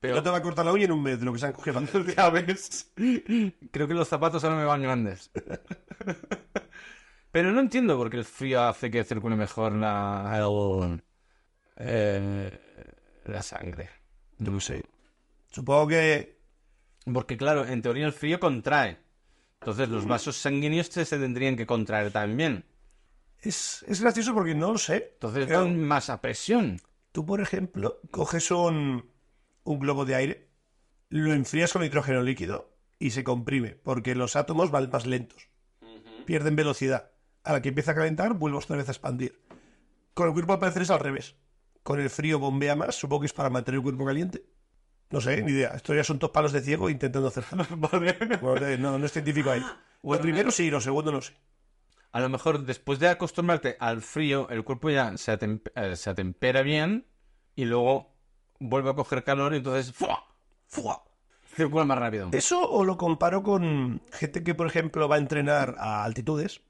S3: Pero
S2: No te va a cortar la uña en un mes de lo que se han cogido.
S3: ya ves. Creo que los zapatos ahora me van grandes. Pero no entiendo por qué el frío hace que circule mejor la, el- eh, la sangre. No sé.
S2: Supongo que
S3: Porque claro, en teoría el frío contrae. Entonces los vasos sanguíneos se se tendrían que contraer también.
S2: es, es gracioso porque no lo sé.
S3: Entonces
S2: Pero
S3: dan más a presión.
S2: tú, por ejemplo, coges un, un globo de aire, lo enfrías con nitrógeno líquido y se comprime, porque los átomos van más lentos. Pierden velocidad. A la que empieza a calentar, vuelve otra vez a expandir. Con el cuerpo al parecer es al revés. Con el frío bombea más, supongo que es para mantener el cuerpo caliente. No sé, ni idea. Esto ya son dos palos de ciego intentando hacer. Bueno, eh, no, no es científico ahí. Lo primero sí, lo segundo no sé.
S3: A lo mejor después de acostumbrarte al frío, el cuerpo ya se, atemp- eh, se atempera bien y luego vuelve a coger calor y entonces ¡fua!
S2: ¡Fua!
S3: circula más rápido.
S2: Eso o lo comparo con gente que, por ejemplo, va a entrenar a altitudes.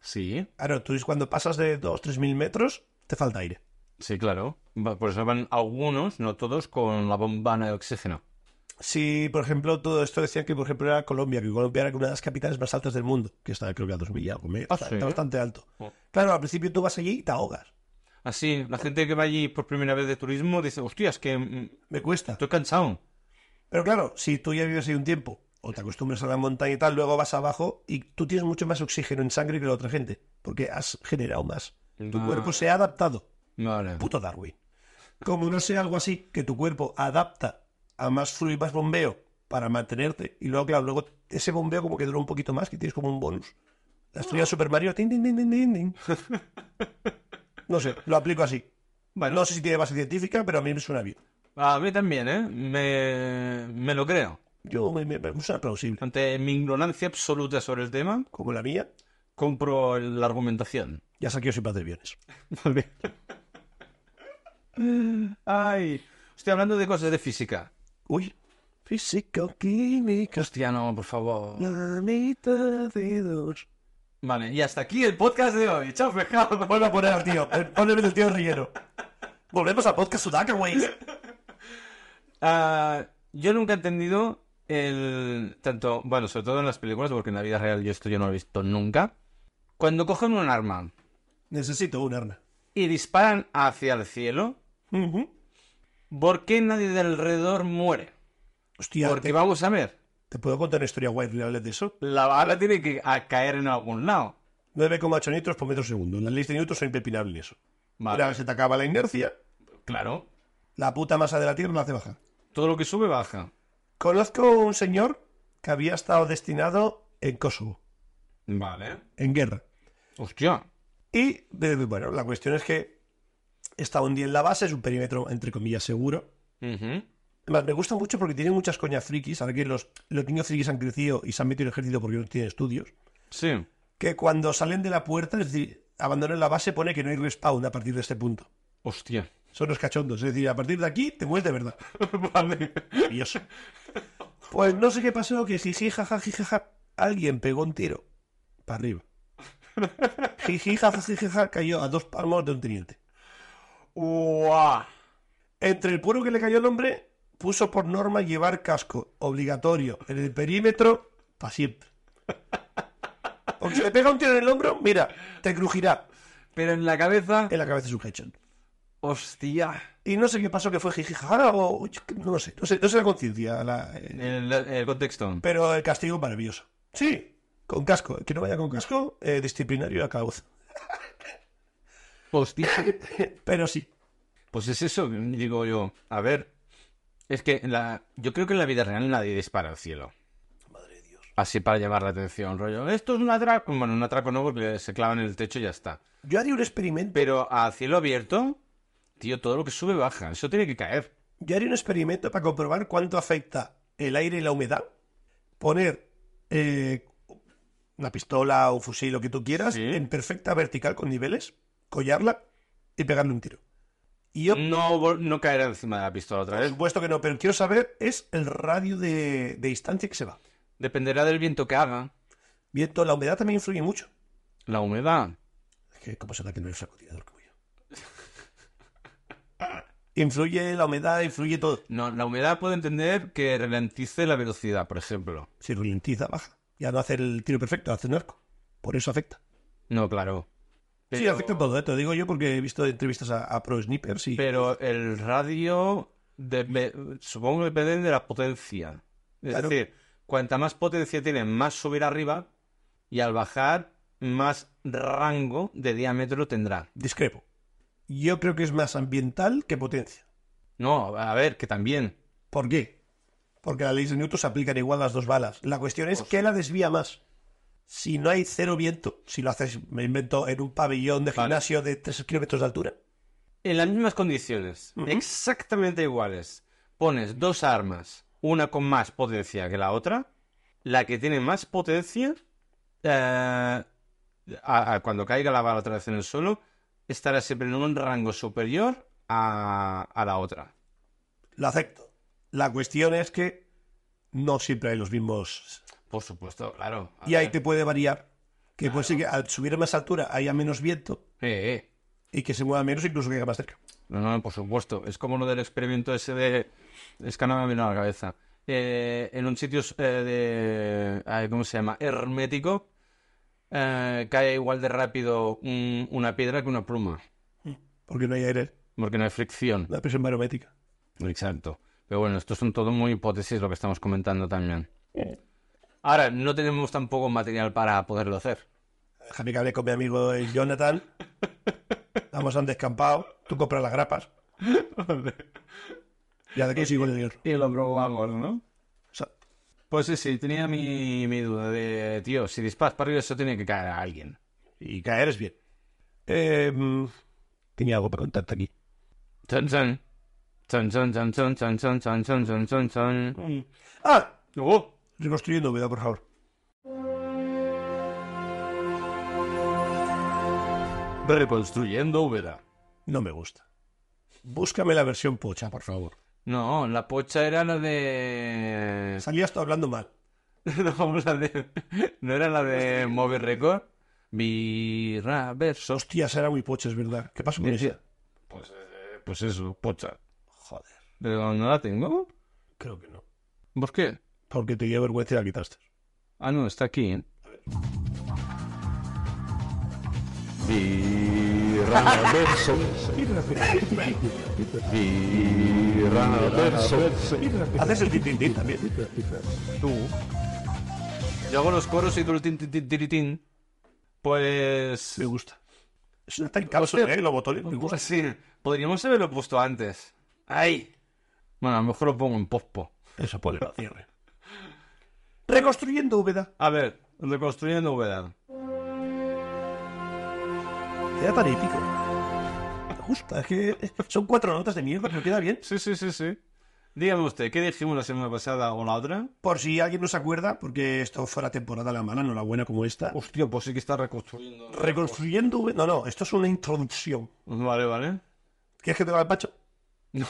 S3: Sí,
S2: Claro, tú dices, cuando pasas de 2 tres mil metros, te falta aire.
S3: sí, claro. Va- Por eso van algunos, no todos, con la bombana de oxígeno.
S2: Si, por ejemplo, todo esto decían que, por ejemplo, era Colombia, que Colombia era una de las capitales más altas del mundo, que está creo que a 2000 y algo, me-
S3: Ah,
S2: está,
S3: ¿sí?
S2: está bastante alto.
S3: Oh.
S2: Claro, al principio tú vas allí y te ahogas.
S3: Así, la gente que va allí por primera vez de turismo dice, hostia, es que mm,
S2: Me cuesta.
S3: estoy cansado.
S2: Pero claro, si tú ya vives ahí un tiempo, o te acostumbras a la montaña y tal, luego vas abajo y tú tienes mucho más oxígeno en sangre que la otra gente, porque has generado más. Tu
S3: Ah.
S2: cuerpo se ha adaptado.
S3: Vale.
S2: Puto Darwin. Como no sea algo así, que tu cuerpo adapta a más fluido y más bombeo para mantenerte. Y luego, claro, luego ese bombeo como que dura un poquito más, que tienes como un bonus. La estrella de Super Mario, tin, tin, tin, tin, tin, tin. No sé, lo aplico así.
S3: Bueno.
S2: No sé si tiene base científica, pero a mí me suena bien.
S3: A mí también, ¿eh? Me, me lo creo.
S2: Yo me, me- me suena plausible.
S3: Ante mi ignorancia absoluta sobre el tema,
S2: Como la mía,
S3: compro el- la argumentación.
S2: ya saqué sin paz de bienes.
S3: Ay, estoy hablando de cosas de física.
S2: Uy, físico, química,
S3: Hostia, no, por favor.
S2: la mitad de dos.
S3: Vale, y hasta aquí el podcast de hoy. Chao, pescado.
S2: Vuelve a poner al tío, eh, ponle el tío relleno. Volvemos al podcast Sudaka, güey.
S3: Ah, yo nunca he entendido el... Tanto, bueno, sobre todo en las películas, porque en la vida real yo esto yo no lo he visto nunca. Cuando cogen un arma
S2: Necesito un arma.
S3: y disparan hacia el cielo,
S2: Ujú.
S3: ¿por qué nadie de alrededor muere?
S2: Hostia,
S3: porque
S2: te,
S3: vamos a ver,
S2: te puedo contar una historia guay real de eso?
S3: la bala tiene que a- caer en algún lado.
S2: 9,8 nitros por metro segundo. Las leyes de Newton son impepinables en eso.
S3: Vale,
S2: Una vez se te acaba la inercia,
S3: claro.
S2: la puta masa de la Tierra la hace bajar.
S3: Todo lo que sube baja.
S2: Conozco un señor que había estado destinado en Kosovo,
S3: Vale.
S2: en guerra.
S3: Hostia.
S2: Y eh, bueno, la cuestión es que está un día en la base, es un perímetro entre comillas seguro.
S3: Ujú.
S2: Además, me gusta mucho porque tiene muchas coñas frikis. Ahora que los, los niños frikis han crecido y se han metido en el ejército porque no tienen estudios.
S3: Sí.
S2: Que cuando salen de la puerta, es decir, abandonan la base, pone que no hay respawn a partir de este punto.
S3: Hostia.
S2: Son los cachondos. Es decir, a partir de aquí te mueres de verdad.
S3: vale.
S2: Maravilloso. Pues no sé qué pasó, que jiji, jaja, jiji, jaja, alguien pegó un tiro para arriba. Jiji, jaja, jiji, jaja, cayó a dos palmos de un teniente.
S3: Uah.
S2: Entre el puro que le cayó el hombre, puso por norma llevar casco obligatorio en el perímetro para siempre. Porque si te pega un tiro en el hombro, mira, te crujirá
S3: Pero en la cabeza...
S2: en la cabeza su headshot.
S3: Hostia.
S2: Y no sé qué pasó, que fue jiji, jaja, o yo qué- no lo sé, no sé, no sé la conciencia. la- eh,
S3: El, el contexto.
S2: Pero el castigo maravilloso. Sí, con casco. El Que no vaya con casco, eh, disciplinario a causa.
S3: Hostia.
S2: Pero sí,
S3: Pues es eso, digo yo. A ver. Es que en la... yo creo que en la vida real nadie dispara al cielo. Así para llamar la atención, rollo. Esto es un atraco. Bueno, un atraco no, porque se clavan en el techo y ya está.
S2: yo haría un experimento.
S3: Pero a cielo abierto, tío, todo lo que sube baja. Eso tiene que caer.
S2: Yo haría un experimento para comprobar cuánto afecta el aire y la humedad. Poner eh, una pistola o un fusil, lo que tú quieras,
S3: Sí.
S2: en perfecta vertical con niveles, collarla y pegarle un tiro. Y yo,
S3: No, vol- no caer encima de la pistola otra
S2: por
S3: vez.
S2: supuesto que no, pero quiero saber es el radio de, de distancia que se va.
S3: Dependerá del viento que haga.
S2: Viento, la humedad también influye mucho.
S3: La humedad.
S2: Es que, ¿cómo será que no es francotirador como yo? influye la humedad, influye todo.
S3: No, la humedad puede entender que ralentice la velocidad, por ejemplo.
S2: Si ralentiza, baja. Ya no hace el tiro perfecto, hace un arco. Por eso afecta.
S3: No, claro.
S2: Sí, afecta todo, ¿eh? te lo digo yo porque he visto entrevistas a, a pro snippers y
S3: Pero el radio, debe- supongo que depende de la potencia. Es
S2: Claro.
S3: decir, cuanta más potencia tiene, más subir arriba y al bajar, más rango de diámetro tendrá.
S2: discrepo. Yo creo que es más ambiental que potencia.
S3: No, a ver, que también.
S2: ¿Por qué? Porque las leyes de Newton se aplican igual a las dos balas. La cuestión
S3: Pues
S2: es qué la desvía más. Si no hay cero viento, si lo haces, me invento, en un pabellón de
S3: Vale.
S2: gimnasio de 3 kilómetros de altura,
S3: En las mismas condiciones,
S2: Ujú.
S3: exactamente iguales, pones dos armas, una con más potencia que la otra, la que tiene más potencia, eh, a- a- cuando caiga la bala otra vez en el suelo, estará siempre en un rango superior a, a la otra.
S2: lo acepto. La cuestión es que no siempre hay los mismos
S3: Por supuesto, claro. A
S2: Y ahí
S3: ver.
S2: te puede variar. Que puede ser que al subir más altura haya menos viento
S3: Eh, eh.
S2: y que se mueva menos, incluso que llegue más cerca.
S3: No, no, por supuesto. Es como lo del experimento ese de... Es que no me ha venido a la cabeza. Eh, en un sitio eh, de... ay, ¿Cómo se llama? Hermético. eh, cae igual de rápido un- una piedra que una pluma.
S2: Porque no hay aire,
S3: Porque no hay fricción.
S2: la presión barométrica.
S3: Exacto. Pero bueno, esto son todo muy hipótesis lo que estamos comentando también. Ahora, no tenemos tampoco material para poderlo hacer.
S2: Déjame que hable con mi amigo el Jonathan. Vamos a un descampado. Tú compras las grapas. Ya de consigo el hierro.
S3: Y lo probamos, ¿no?
S2: O sea,
S3: Pues sí, sí, tenía mi, mi duda de, tío, si disparas para arriba eso tiene que caer a alguien.
S2: y caer es bien. Eh, mm, tenía algo para contarte aquí.
S3: Chan, chan. Chan, chan, chan, chan, chan, chan, chan, chan, chan, chan, chan.
S2: ¡Ah! ¡Oh! Reconstruyendo, me da, por favor.
S3: Reconstruyendo Úbeda.
S2: No me gusta. Búscame la versión pocha, por favor.
S3: No, la pocha era la de...
S2: Salías tú hablando mal.
S3: no, la de... ¿No era la de Mover Record? Birra verso.
S2: Hostias, era muy pocha, es verdad. ¿Qué pasó con esa?
S3: Pues, eh, pues eso, pocha.
S2: Joder,
S3: Pero no la tengo.
S2: creo que no.
S3: ¿Por qué?
S2: Porque te dio vergüenza y la quitaste.
S3: Ah, no, está aquí. ¿eh? Birra verso. Birra verso.
S2: Haces el tintintín también.
S3: Tú. Yo hago los coros y tú el tin, tin, tin, tiritín. Pues...
S2: Me gusta. Es una tan causa,
S3: Hostia.
S2: ¿eh? Los botones me gusta.
S3: Pues sí, podríamos haberlo puesto antes. ¡Ay! Bueno, a lo mejor lo pongo en pospo.
S2: Eso puede lo cierre. Reconstruyendo Úbeda.
S3: A ver, reconstruyendo novedad.
S2: Queda tan épico. Me gusta. Es que son cuatro notas de mierda, pero queda bien.
S3: Sí, sí, sí, sí. Dígame usted, ¿qué dijimos la semana pasada o la otra?
S2: Por si alguien no se acuerda, porque esto fue la temporada la mala, no la buena como esta.
S3: Hostia, pues sí que está reconstruyendo.
S2: Reconstruyendo Úbeda. No, no, esto es una introducción.
S3: Vale, vale.
S2: ¿Quieres que te el Pacho?
S3: No.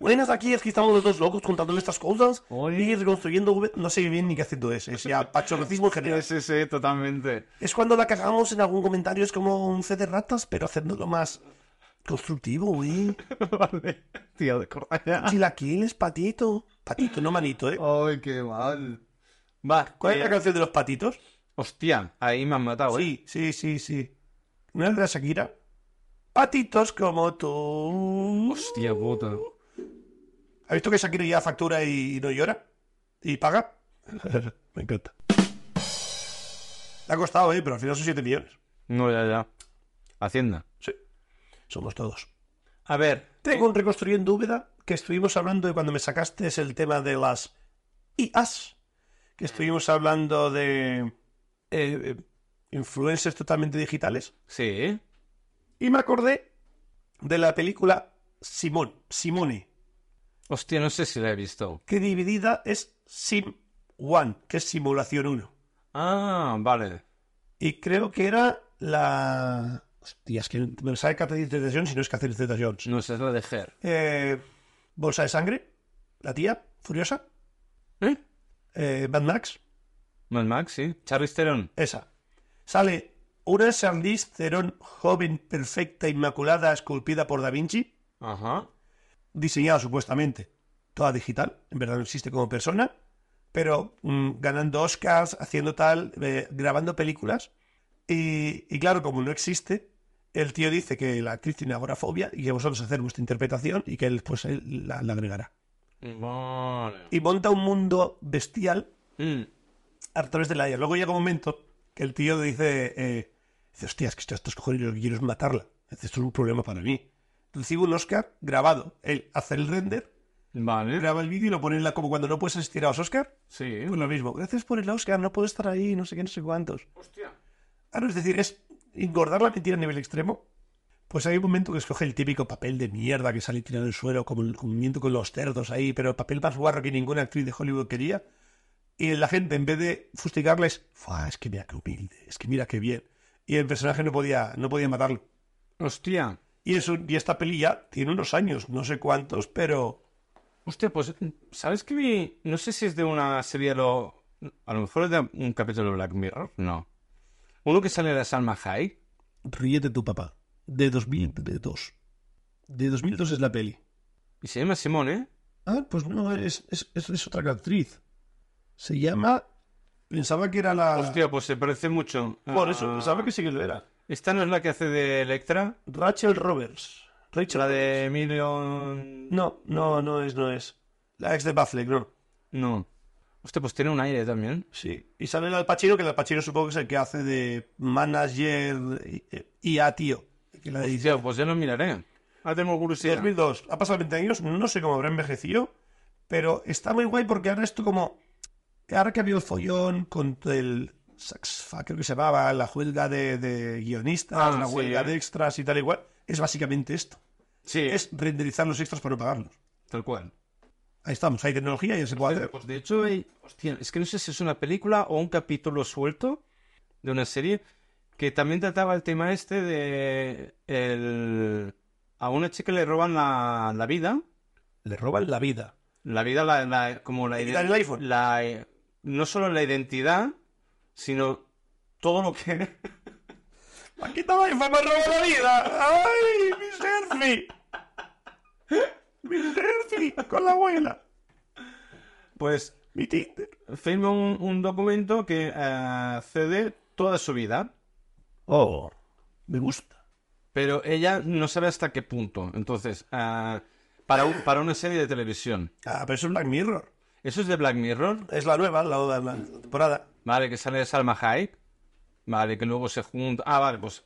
S2: Buenas, aquí es que estamos los dos locos contándole estas cosas
S3: Oye.
S2: y reconstruyendo Úbeda. No sé bien ni qué acento es. Es ya pachorracismo en general.
S3: Sí, sí, sí, totalmente.
S2: Es cuando la cagamos en algún comentario, es como un C de ratas, pero haciéndolo más constructivo, güey.
S3: vale. Tío, de correa.
S2: Chilaquiles, patito. Patito, no manito, ¿eh?
S3: Ay, qué mal. Va,
S2: ¿Cuál es
S3: eh,
S2: la canción de los patitos?
S3: Hostia, ahí me han
S2: Ah,
S3: matado, ¿eh?
S2: Sí, sí, sí, sí. ¿No es de la Shakira? Patitos como tú.
S3: Hostia puta.
S2: ¿Has visto que Shakira ya factura y no llora? ¿Y paga? Me encanta. Le ha costado, ¿eh? Pero al final son 7 millones.
S3: No, ya, ya. Hacienda.
S2: Sí. Somos todos.
S3: A ver,
S2: Tengo un reconstruyendo Úbeda que estuvimos hablando de cuando me sacaste es el tema de las IAs, que estuvimos hablando de eh, eh, influencers totalmente digitales.
S3: Sí.
S2: Y me acordé de la película Simón, Simone,
S3: Hostia, no sé si la he visto.
S2: que dividida es Sim 1, que es Simulación 1.
S3: Ah, vale.
S2: Y creo que era la... Hostia, es que me sale Catherine Zeta Jones y no es Catherine Zeta Jones.
S3: No sé, es la de Her.
S2: Eh, Bolsa de sangre, la tía, furiosa,
S3: ¿Eh?
S2: eh, Mad Max.
S3: Mad Max, sí. Charlize Theron.
S2: Esa. Sale una Charlize Theron joven, perfecta, inmaculada, esculpida por Da Vinci,
S3: Ajá.
S2: diseñada supuestamente, toda digital, en verdad no existe como persona, pero mm, ganando Oscars, haciendo tal, eh, grabando películas. Y, y claro, como no existe, el tío dice que la actriz tiene agorafobia y que vosotros hacer vuestra interpretación y que él pues él la, la agregará.
S3: Vale.
S2: Y monta un mundo bestial
S3: Mm.
S2: a través de la IA. Luego llega un momento que el tío dice, eh, dice hostia, es que estoy a estos cojones y lo que quiero es matarla. Dice, esto es un problema para mí. Recibo un Oscar grabado. Él hace el render,
S3: Vale.
S2: graba el vídeo y lo pone en la... Como cuando no puedes asistir a los Oscar,
S3: Sí.
S2: pues lo mismo. Gracias por el Oscar, no puedo estar ahí, no sé qué, no sé cuántos.
S3: Hostia.
S2: Claro, es decir, es engordar la mentira a nivel extremo. Pues hay un momento que escoge el típico papel de mierda que sale tirado del suelo, como el comiendo con los cerdos ahí, pero el papel más guarro que ninguna actriz de Hollywood quería. Y la gente, en vez de fustigarla, es, "Fua, es que mira qué humilde, es que mira qué bien. Y el personaje no podía, no podía matarlo.
S3: Hostia.
S2: Y, eso, y esta peli ya tiene unos años, no sé cuántos, pero
S3: Hostia, pues, ¿sabes qué vi? No sé si es de una serie de lo... A lo mejor es de un capítulo de Black Mirror. No. Uno que sale de Salma Hayek.
S2: ríete tu papá. De 2002. De 2002 es la peli.
S3: Y se llama Simón, ¿eh?
S2: Ah, pues no, es, es, es- es otra actriz. Se llama. Pensaba que era la.
S3: Hostia, pues se parece mucho.
S2: Por eso,
S3: Ah,
S2: pensaba que sí que lo era.
S3: Esta no es la que hace de Electra.
S2: Rachel Roberts. Rachel.
S3: La de Million...
S2: No, no, no es, no es. La ex de Buffleck, no.
S3: No. Hostia, pues tiene un aire también.
S2: Sí. Y sale el Al Pacino, que el Al Pacino supongo que es el que hace de manager eh, y- y a tío. Que la dice,
S3: Hostia, pues ya lo miraré. Ahora tengo curiosidad.
S2: 2002, ha pasado 20 años, no sé cómo habrá envejecido, pero está muy guay porque ahora esto como... Ahora que ha habido el follón con el... Saxfa, creo que se llamaba, la huelga de, de guionistas,
S3: Ah,
S2: la
S3: sí,
S2: huelga
S3: ¿eh?
S2: de extras y tal igual, es básicamente esto.
S3: Sí,
S2: Es renderizar los extras para no pagarlos.
S3: tal cual.
S2: Ahí estamos, hay tecnología, ya se puede hacer.
S3: Pues de hecho, eh, hostia, es que no sé si es una película o un capítulo suelto de una serie que también trataba el tema este de el... a una chica le roban la, la vida.
S2: Le roban la vida.
S3: La vida, la, la- como la
S2: Le
S3: ide-
S2: quitan el iPhone.
S3: la, eh, no solo la identidad, sino todo lo que...
S2: Aquí está el iPhone, me robó la vida. ¡Ay, mi selfie! ¡Mi selfie! Con la abuela.
S3: Pues
S2: Mi Tinder.
S3: firma un, un documento que eh, cede toda su vida,
S2: Oh, me gusta.
S3: pero ella no sabe hasta qué punto. Entonces, eh, para, un- para una serie de televisión.
S2: Ah, pero eso es Black Mirror.
S3: Eso es de Black Mirror,
S2: Es la nueva, la, la, la temporada.
S3: vale, que sale de Salma Hayek, vale, que luego se junta... Ah, vale, pues,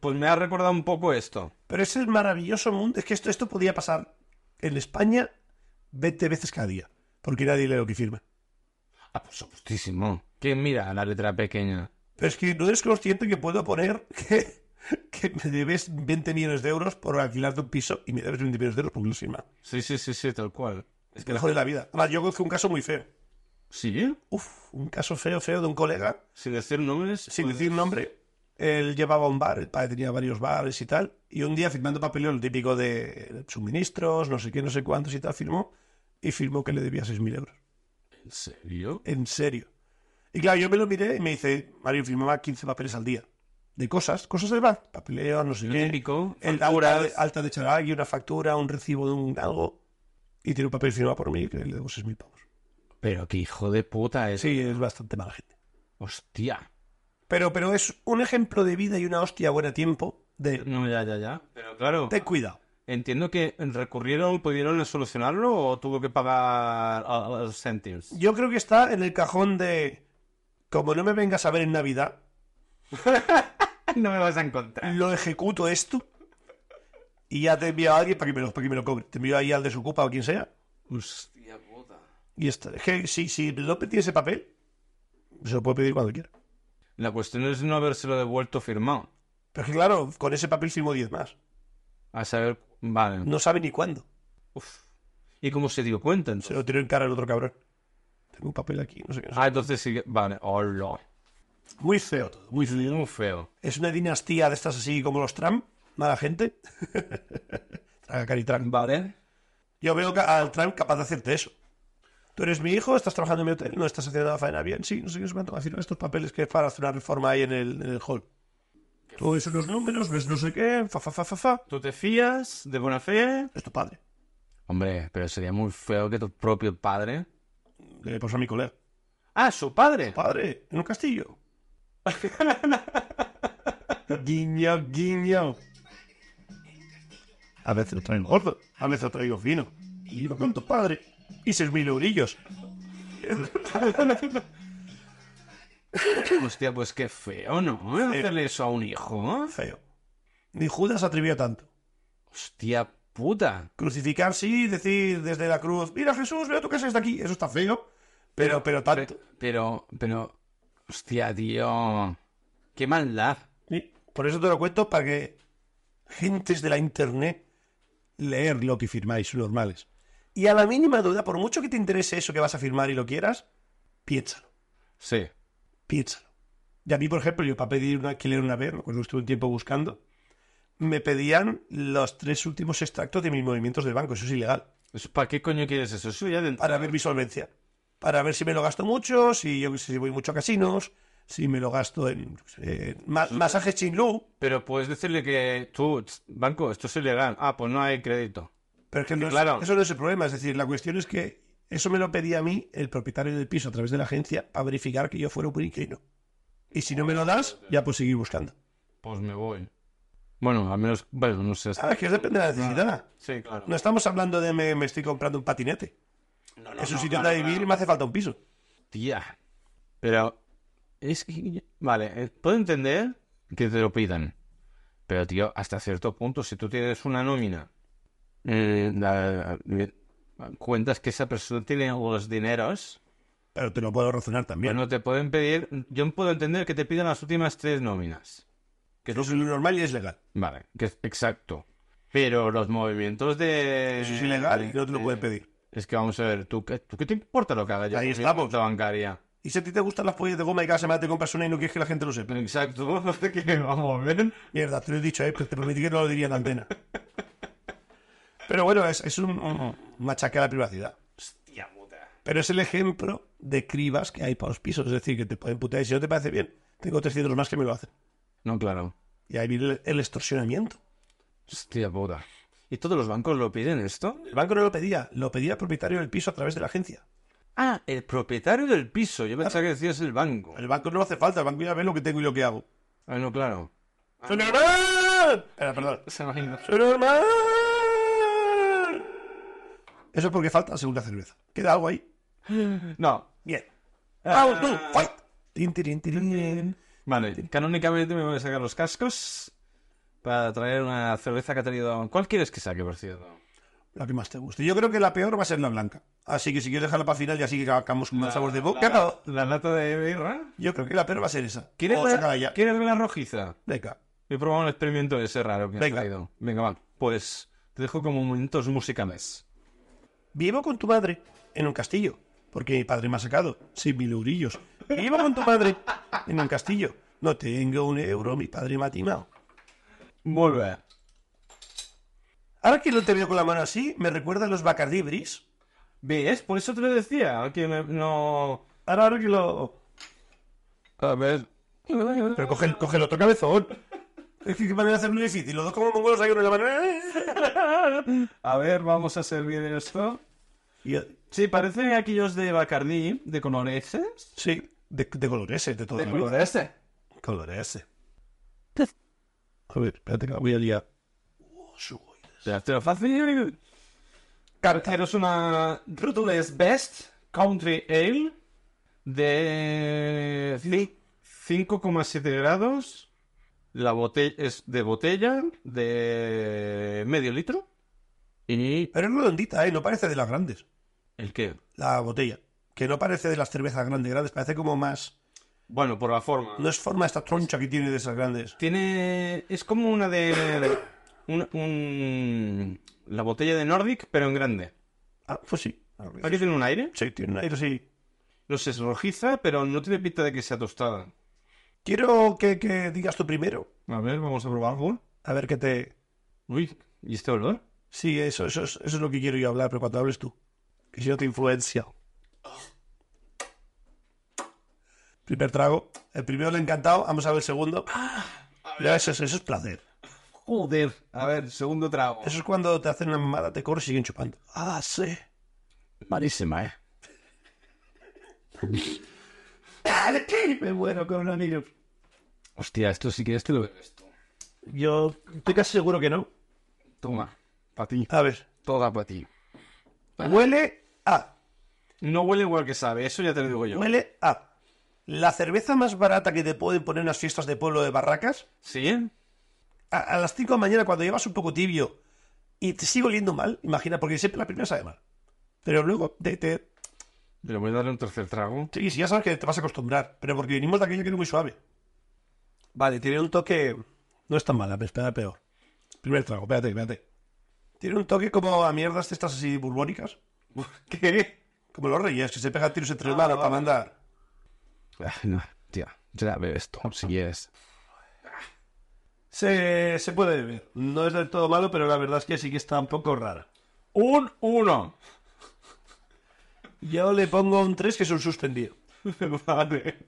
S3: pues me ha recordado un poco esto.
S2: Pero es el maravilloso mundo. Es que esto, esto podía pasar en España 20 veces cada día. Porque nadie lee lo que firma.
S3: Ah, por supuestísimo. ¿Quién mira la letra pequeña?
S2: Pero es que no eres consciente que puedo poner que, que me debes 20 millones de euros por alquilarte un piso y me debes 20 millones de euros porque lo firma.
S3: Sí, sí, sí, sí, tal cual.
S2: Es que le jode la vida. Además, yo conozco un caso muy feo.
S3: ¿Sí?
S2: Uf, un caso feo, feo de un colega.
S3: Sin decir nombres.
S2: Sin
S3: pues-
S2: decir nombre, él llevaba un bar, el padre tenía varios bares y tal. Y un día firmando papeleo, lo típico de suministros, no sé qué, no sé cuántos y tal, firmó. Y firmó que le debía 6.000 euros.
S3: ¿En serio?
S2: En serio. Y claro, yo me lo miré y me dice, Mario, firmaba 15 papeles al día. De cosas, cosas del bar. Papeleo, no sé
S3: Lo
S2: qué.
S3: típico,
S2: El alta, de-
S3: facturas.
S2: alta de Charagui, una factura, un recibo de un algo. Y tiene un papel firmado por mí que le debo 6.000 pavos.
S3: Pero qué hijo de puta es.
S2: Sí, es bastante mala gente.
S3: Hostia.
S2: Pero, pero es un ejemplo de vida y una hostia buena tiempo de
S3: No, ya, ya, ya. Pero claro,
S2: ten cuidado.
S3: entiendo que recurrieron, pudieron solucionarlo o tuvo que pagar a, a los centimes.
S2: Yo creo que está en el cajón de como no me vengas a ver en Navidad,
S3: No me vas a encontrar.
S2: lo ejecuto esto y ya te envío a alguien para que me lo, para que me lo cobre. Te envío ahí al desocupa o quien sea.
S3: Hostia puta.
S2: Y está. Es que si, si López tiene ese papel, se lo puede pedir cuando quiera.
S3: La cuestión es no habérselo devuelto firmado.
S2: Pero es que claro, con ese papel firmó 10 más.
S3: A saber, vale.
S2: No sabe ni cuándo.
S3: Uf. ¿Y cómo se dio cuenta
S2: Se
S3: entonces?
S2: lo tiró en cara el otro cabrón. Tengo un papel aquí, no sé qué. no sé
S3: Ah, entonces sí. que- Vale, hola. Ah.
S2: qué. Muy feo todo.
S3: Muy feo. Muy feo.
S2: Es una dinastía de estas así como los Trump, mala gente. Traga cari Trump.
S3: Vale.
S2: Yo veo ca- al Trump capaz de hacerte eso. Tú eres mi hijo, estás trabajando en mi hotel, no estás haciendo la faena bien, sí, no sé qué se van a decir estos papeles que es para hacer una reforma ahí en el, en el hall. Tú ves los números, ves no sé qué, fa, fa, fa, fa, fa.
S3: ¿Tú te fías de buena fe?
S2: Es tu padre.
S3: Hombre, pero sería muy feo que tu propio padre.
S2: Le pasó a mi colega.
S3: Ah, su padre.
S2: Padre, en un castillo. guiño, guiño. A veces lo traigo gordo, a veces lo traigo fino. Y iba con tu padre. Y seis mil eurillos.
S3: Hostia, pues qué feo, ¿no? Hacerle eso a un hijo.
S2: Feo. Ni Judas atrevió tanto.
S3: Hostia puta.
S2: Crucificar sí, decir desde la cruz, mira Jesús, mira tú que estás aquí. Eso está feo. Pero, pero tanto.
S3: Pero, pero. Hostia, tío. Qué maldad.
S2: Sí. Por eso te lo cuento para que gentes de la internet leer lo que firmáis, normales. Y a la mínima duda, por mucho que te interese eso que vas a firmar y lo quieras, piénsalo,
S3: Sí.
S2: piénsalo. Y a mí, por ejemplo, yo para pedir un alquiler una vez, cuando estuve un tiempo buscando, me pedían los tres últimos extractos de mis movimientos de banco, eso es ilegal,
S3: Eso, ¿Para qué coño quieres eso? Eso ya de entrada.
S2: para ver mi solvencia, para ver si me lo gasto mucho, si yo qué sé, si voy mucho a casinos, si me lo gasto en eh, ma- masajes chinlú,
S3: Pero puedes decirle que tú, tss, banco, esto es ilegal. Ah, pues no hay crédito.
S2: Pero es que no es-
S3: Claro.
S2: eso no es el problema. Es decir, la cuestión es que eso me lo pedía a mí el propietario del piso a través de la agencia para verificar que yo fuera un buen inquilino. Y si no me lo das, ya puedo seguir buscando.
S3: Pues me voy. Bueno, al menos, bueno, no sé.
S2: Ah, que eso depende de la necesidad.
S3: Sí, claro.
S2: No estamos hablando de me, me estoy comprando un patinete. es un sitio
S3: claro,
S2: donde vivir
S3: claro.
S2: y me hace falta un piso.
S3: Tía. Pero es que... Vale, eh, puedo entender que te lo pidan. Pero, tío, hasta cierto punto, si tú tienes una nómina, eh, la- la- cuentas que esa persona tiene los dineros,
S2: Pero te lo puedo razonar también.
S3: bueno, te pueden pedir. Yo puedo entender que te pidan las últimas tres nóminas.
S2: que eso es lo normal y es legal.
S3: Vale, que es exacto. Pero los movimientos de.
S2: Eso es ilegal y no te lo
S3: de-
S2: pueden pedir.
S3: Es que vamos a ver, ¿tú qué, tú qué te importa lo que haga yo?
S2: Ahí pues.
S3: con mi
S2: estamos.
S3: cuenta bancaria.
S2: Y si a ti te gustan las pollas de goma y cada semana te compras una y no quieres que la gente lo sepa.
S3: Exacto, que vamos a ver.
S2: Mierda, te lo he dicho, eh, pero te prometí que no lo diría en la antena. Pero bueno, es, es un, un machaque a la privacidad.
S3: Hostia puta.
S2: Pero es el ejemplo de cribas que hay para los pisos. Es decir, que te pueden putear y si no te parece bien, tengo 300 más que me lo hacen.
S3: No, claro.
S2: Y ahí viene el, el extorsionamiento.
S3: Hostia puta. ¿Y todos los bancos lo piden esto?
S2: El banco no lo pedía, lo pedía el propietario del piso a través de la agencia.
S3: Ah, el propietario del piso. Yo pensaba que decías el banco.
S2: El banco no hace falta, el banco ya ve lo que tengo y lo que hago.
S3: Ah, no, claro.
S2: ¡Soy normal! Espera, perdón. ¡Soy normal! Eso es porque falta la segunda cerveza. ¿Queda algo ahí?
S3: No.
S2: Bien. ¡Vamos tú! ¡Fight! Tin, tirin, tirin, tirin.
S3: Vale, canónicamente me voy a sacar los cascos para traer una cerveza que ha tenido... ¿Cuál quieres que saque, por cierto?
S2: La que más te guste. Yo creo que la peor va a ser la blanca. Así que si quieres dejarla para final y así que acabamos con más sabor de boca. no.
S3: ¿La lata de birra?
S2: Yo creo que la peor va a ser esa.
S3: ¿Quieres,
S2: O sácala
S3: la...
S2: ya.
S3: ¿Quieres la rojiza?
S2: Venga.
S3: He probado un experimento ese raro que has
S2: Venga.
S3: traído. Venga, va. Pues te dejo como momentos musicales.
S2: Vivo con tu madre en un castillo, porque mi padre me ha sacado sin mil eurillos. Vivo con tu madre en un castillo. No tengo un euro, mi padre me ha timado.
S3: Vuelve.
S2: Ahora que lo te veo con la mano así, me recuerda a los Bacardi Bris.
S3: ¿Ves? Por eso te lo decía. Que me- no...
S2: Ahora, ahora que lo...
S3: A ver...
S2: Pero coge, el- coge el otro cabezón. Es que qué manera de hacerlo difícil. Los dos como mongolos hay uno en la mano.
S3: A ver, vamos a servir esto.
S2: Y, eh,
S3: Sí, parecen aquellos de Bacardí, de colores.
S2: sí, de, de color ese, de todo.
S3: De colores.
S2: Color ese. A ver, espérate que la voy a liar. Oh, su-
S3: Te lo fácil. Carteros una Ruthless Best Country Ale de ci- 5,7 grados. La botella es de botella de medio litro. ¿Y
S2: Pero es redondita, ¿eh? No parece de las grandes.
S3: el qué?
S2: la botella. Que no parece de las cervezas grandes, grandes, parece como más.
S3: Bueno, por la forma.
S2: No es forma esta troncha que tiene de esas grandes.
S3: Tiene. Es como una de. un- un- la botella de Nordic, pero en grande.
S2: Ah, pues sí.
S3: Aquí tiene un aire.
S2: Sí, tiene un aire, sí.
S3: No sé, es rojiza, pero no tiene pinta de que sea tostada.
S2: Quiero que, que digas tú primero.
S3: A ver, vamos a probar algo.
S2: A ver qué te.
S3: Uy, ¿y este olor?
S2: Sí, eso, eso, es- eso es lo que quiero yo hablar, pero cuando hables tú. Que si no te influencia. Primer trago. El primero le ha encantado. Vamos a ver el segundo. Ya, eso, es- eso es placer.
S3: Joder. A ver, segundo trago.
S2: Eso es cuando te hacen una mamada, te corres y siguen chupando. Ah, sí.
S3: malísima, ¿eh?
S2: Me muero con un anillo.
S3: Hostia, esto sí que este lo bebes tú.
S2: Yo estoy casi seguro que no.
S3: Toma, para ti.
S2: A ver.
S3: Toda para ti.
S2: Huele a.
S3: No huele igual que sabe, eso ya te lo digo yo.
S2: Huele a. La cerveza más barata que te pueden poner en las fiestas de pueblo de barracas.
S3: ¿Sí?
S2: A, a las 5 de la mañana, cuando llevas un poco tibio y te sigue oliendo mal, imagina, porque siempre la primera sabe mal. Pero luego, te, te-
S3: Le voy a darle un tercer trago.
S2: sí, sí, ya sabes que te vas a acostumbrar. Pero porque venimos de aquella que era muy suave. Vale, tiene un toque. No es tan mala, pero espera peor. Primer trago, espérate, espérate. Tiene un toque como a mierdas de estas así burbónicas.
S3: ¿Qué?
S2: Como los reyes, que se pegan tiros entre manos para mandar.
S3: Ah, no, tía. Ya bebes tú, si quieres.
S2: Se, se puede beber. No es del todo malo, pero la verdad es que sí que está un poco rara.
S3: Un uno.
S2: Yo le pongo un 3 que es un suspendido.
S3: vale.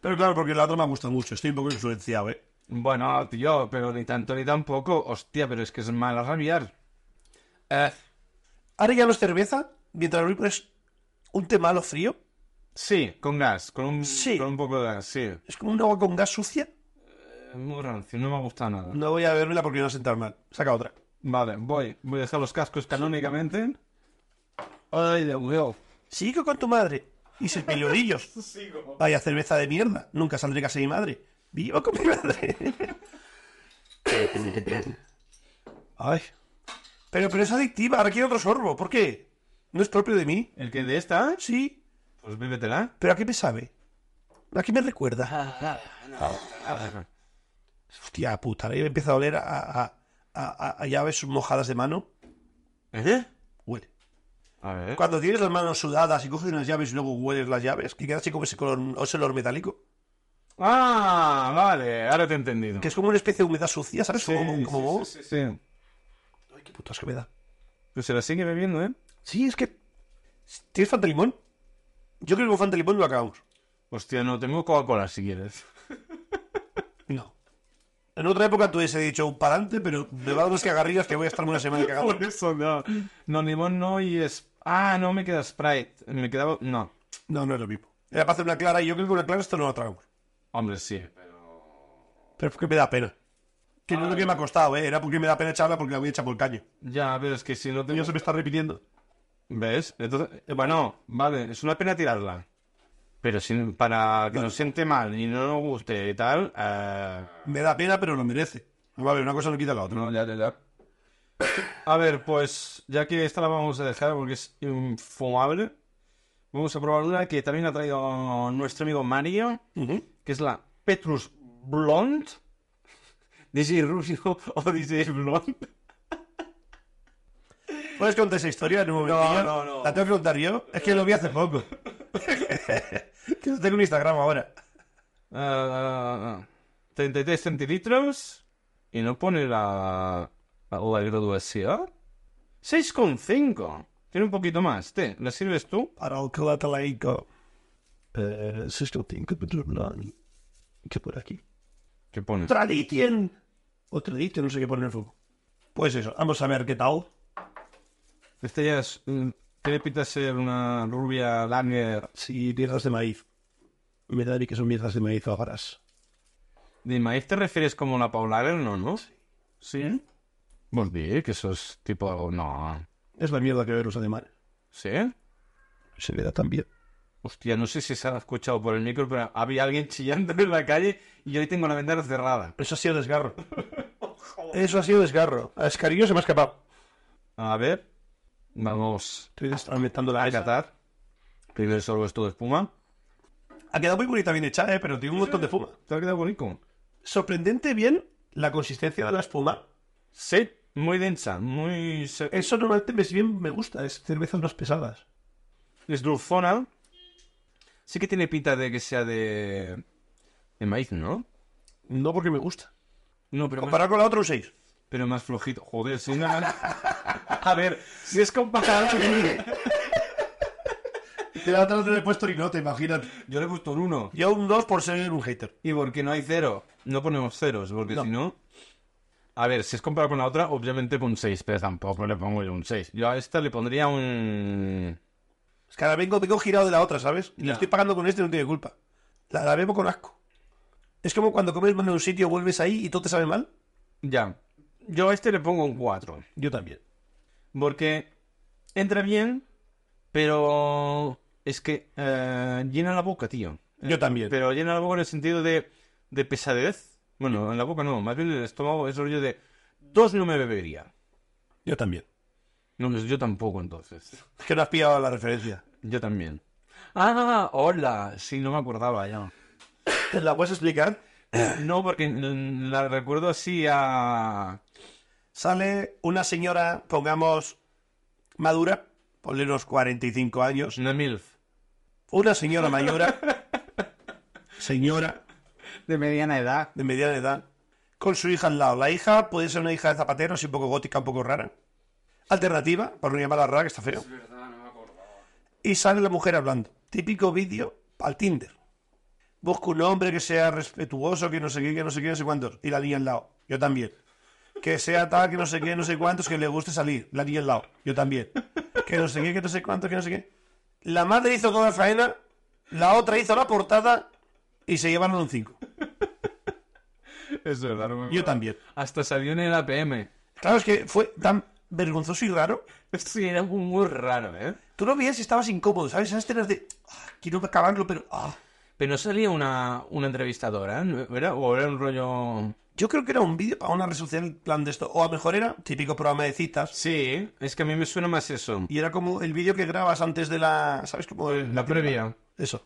S2: Pero claro, porque la otra me ha gustado mucho. Estoy un poco influenciado, ¿eh?
S3: Bueno, tío, pero ni tanto ni tampoco. Hostia, pero es que es mala rabiar. Eh,
S2: Ahora ya no es cerveza, mientras lo pones un té malo frío.
S3: sí, con gas, con un,
S2: Sí.
S3: con un poco de gas, sí.
S2: Es como un agua con gas sucia.
S3: Es muy rancio, no me ha gustado nada.
S2: No voy a bebérmela porque me va a sentar mal. Saca otra.
S3: Vale, voy. Voy a dejar los cascos canónicamente. Ay, Dios mío.
S2: Sigo con tu madre. Y sus pelorillos. Vaya cerveza de mierda. Nunca saldré casi mi madre. Vivo con mi madre. Ay. Pero, pero es adictiva, ahora quiero otro sorbo. ¿Por qué? ¿No es propio de mí?
S3: ¿El que de esta?
S2: Sí,
S3: Pues bébetela.
S2: pero ¿a qué me sabe? ¿A qué me recuerda? Ah. Hostia puta, ahí me empieza a oler a, a, a- a- a llaves mojadas de mano.
S3: ¿Eh?
S2: Huele.
S3: A ver.
S2: Cuando tienes las manos sudadas y coges unas llaves y luego hueles las llaves, que queda así como ese color, ese olor metálico,
S3: Ah, vale, ahora te he entendido.
S2: que es como una especie de humedad sucia, ¿sabes?
S3: Sí,
S2: como,
S3: sí,
S2: como-
S3: sí, sí, sí.
S2: Ay, qué puta asquedad.
S3: Pues se la sigue bebiendo, ¿eh?
S2: Sí, es que... ¿Tienes Fanta Limón? Yo creo que con Fanta Limón lo acabamos.
S3: Hostia, no, tengo Coca-Cola si quieres.
S2: No. En otra época tú hubiese dicho un parante, pero me va a dar unas cagarrillas que voy a estarme una semana cagando.
S3: Por eso no. No, limón no y es... Ah, no, me queda Sprite. Me quedaba... No.
S2: No, no es lo mismo. Era para hacer una clara y yo creo que una clara esto no la tragamos.
S3: Hombre, sí.
S2: Pero es que me da pena. Que no es lo que me ha costado, ¿eh? Era porque me da pena echarla porque la voy a echar por el caño.
S3: Ya, pero es que si no
S2: Ya
S3: tengo...
S2: se me está repitiendo.
S3: ¿Ves? Entonces, eh, bueno, vale, es una pena tirarla. Pero sin, para que nos siente mal y no nos guste y tal... eh,
S2: Me da pena, pero lo merece. Vale, una cosa no quita la otra.
S3: No, ya, ya, ya. A ver, pues ya que esta la vamos a dejar porque es infumable, vamos a probar una que también ha traído nuestro amigo Mario,
S2: Ujú.
S3: que es la Petrus Blond. DJ Rubio o DJ Blond.
S2: ¿Puedes contar esa historia en un momentillo?
S3: no, no.
S2: La tengo que contar yo. Es que lo vi hace poco. que no tengo un Instagram ahora.
S3: Ah, ah, ah. 33 centilitros y no pone la, la, la graduación. 6,5. Tiene un poquito más. Te, ¿la sirves tú?
S2: Para el colatalaico. Eh, ¿Qué por aquí?
S3: ¿Qué pones?
S2: Tradition. O Tradition, no sé qué pone en el foco. Pues eso, vamos a ver qué tal.
S3: Esta ya es. mm, Tiene pinta de ser una rubia lager
S2: Si piezas de maíz. Me da a mí que son piezas de maíz o varas.
S3: de maíz. ¿Te refieres como la Paulaner, no, no? Sí. Pues di que eso es tipo. algo- No.
S2: Es la mierda que ven los alemanes.
S3: ¿Sí?
S2: Se me da también.
S3: Hostia, no sé si se ha escuchado por el micro, pero había alguien chillando en la calle y hoy tengo la ventana cerrada.
S2: Eso ha sido desgarro. Eso ha sido desgarro. A Escarillo se me ha escapado.
S3: A ver. Vamos
S2: Estoy destramentando la
S3: a
S2: esa.
S3: catar. Primer sorbo esto de espuma.
S2: Ha quedado muy bonita, bien hecha, ¿eh? pero tiene un montón de espuma.
S3: ¿Te ha quedado bonito?
S2: Sorprendente bien la consistencia de la espuma.
S3: Sí. Muy densa, muy... se-
S2: Eso normalmente me, bien me gusta, es cervezas más pesadas.
S3: Es dulzona. Sí que tiene pinta de que sea de. de maíz, ¿no?
S2: No porque me gusta.
S3: No, pero más,
S2: Comparado con la otra, un 6.
S3: pero más flojito. Joder, si una gana. A ver, si es comparada.
S2: Te la otra no le he puesto ni nota, imagínate.
S3: Yo le he puesto un 1.
S2: Yo un 2 por ser un hater.
S3: Y porque no hay cero. No ponemos ceros, porque
S2: No.
S3: si no. A ver, si es comparado con la otra, obviamente pon un 6, pero tampoco le pongo yo un 6. Yo a esta le pondría un.
S2: Es que ahora vengo, vengo girado de la otra, ¿sabes? Y la estoy pagando con este, no tiene culpa. La, la bebo con asco. Es como cuando comes mal en un sitio, vuelves ahí y todo te sabe mal.
S3: Ya. Yo a este le pongo un 4.
S2: Yo también.
S3: Porque entra bien, pero es que eh, llena la boca, tío. Eh,
S2: Yo también.
S3: Pero llena la boca en el sentido de, de pesadez. Bueno, en la boca no, más bien en el estómago es rollo de dos no me bebería.
S2: Yo también.
S3: No, pues yo tampoco entonces.
S2: Es que no has pillado la referencia.
S3: Yo también. Ah, hola. Sí, no me acordaba ya.
S2: ¿Te la puedes explicar?
S3: No, porque mm, la recuerdo así a...
S2: Sale una señora, pongamos, madura, ponle unos 45 años.
S3: Una MILF.
S2: Una señora mayora, señora
S4: De mediana edad.
S2: de mediana edad, con su hija al lado. La hija puede ser una hija de zapateros, un poco gótica, un poco rara. Alternativa, para no llamarla rara, que está feo. Y sale la mujer hablando. Típico vídeo al Tinder. Busco un hombre que sea respetuoso, que no sé qué, que no sé qué, no sé cuántos. Y la niña al lado. Yo también. Que sea tal, que no sé qué, no sé cuántos, que le guste salir. La niña al lado. Yo también. Que no sé qué, que no sé cuántos, que no sé qué. La madre hizo toda la faena, la otra hizo la portada y se llevaron un 5.
S3: Es verdad, no me
S2: Yo
S3: acordaba.
S2: también.
S3: Hasta salió en el APM.
S2: Claro, es que fue tan vergonzoso y raro.
S3: Sí, era muy, muy raro, ¿eh?
S2: Tú lo veías y estabas incómodo, ¿sabes? Esas escenas de. "Ah, quiero acabarlo, pero. ah".
S3: Pero no salía una, una entrevistadora, ¿no? ¿Era? ¿O era un rollo...?
S2: Yo creo que era un vídeo para una resolución en plan de esto. O a lo mejor era típico programa de citas.
S3: Sí, es que a mí me suena más eso.
S2: Y era como el vídeo que grabas antes de la. ¿Sabes cómo? es?
S3: La previa.
S2: Eso.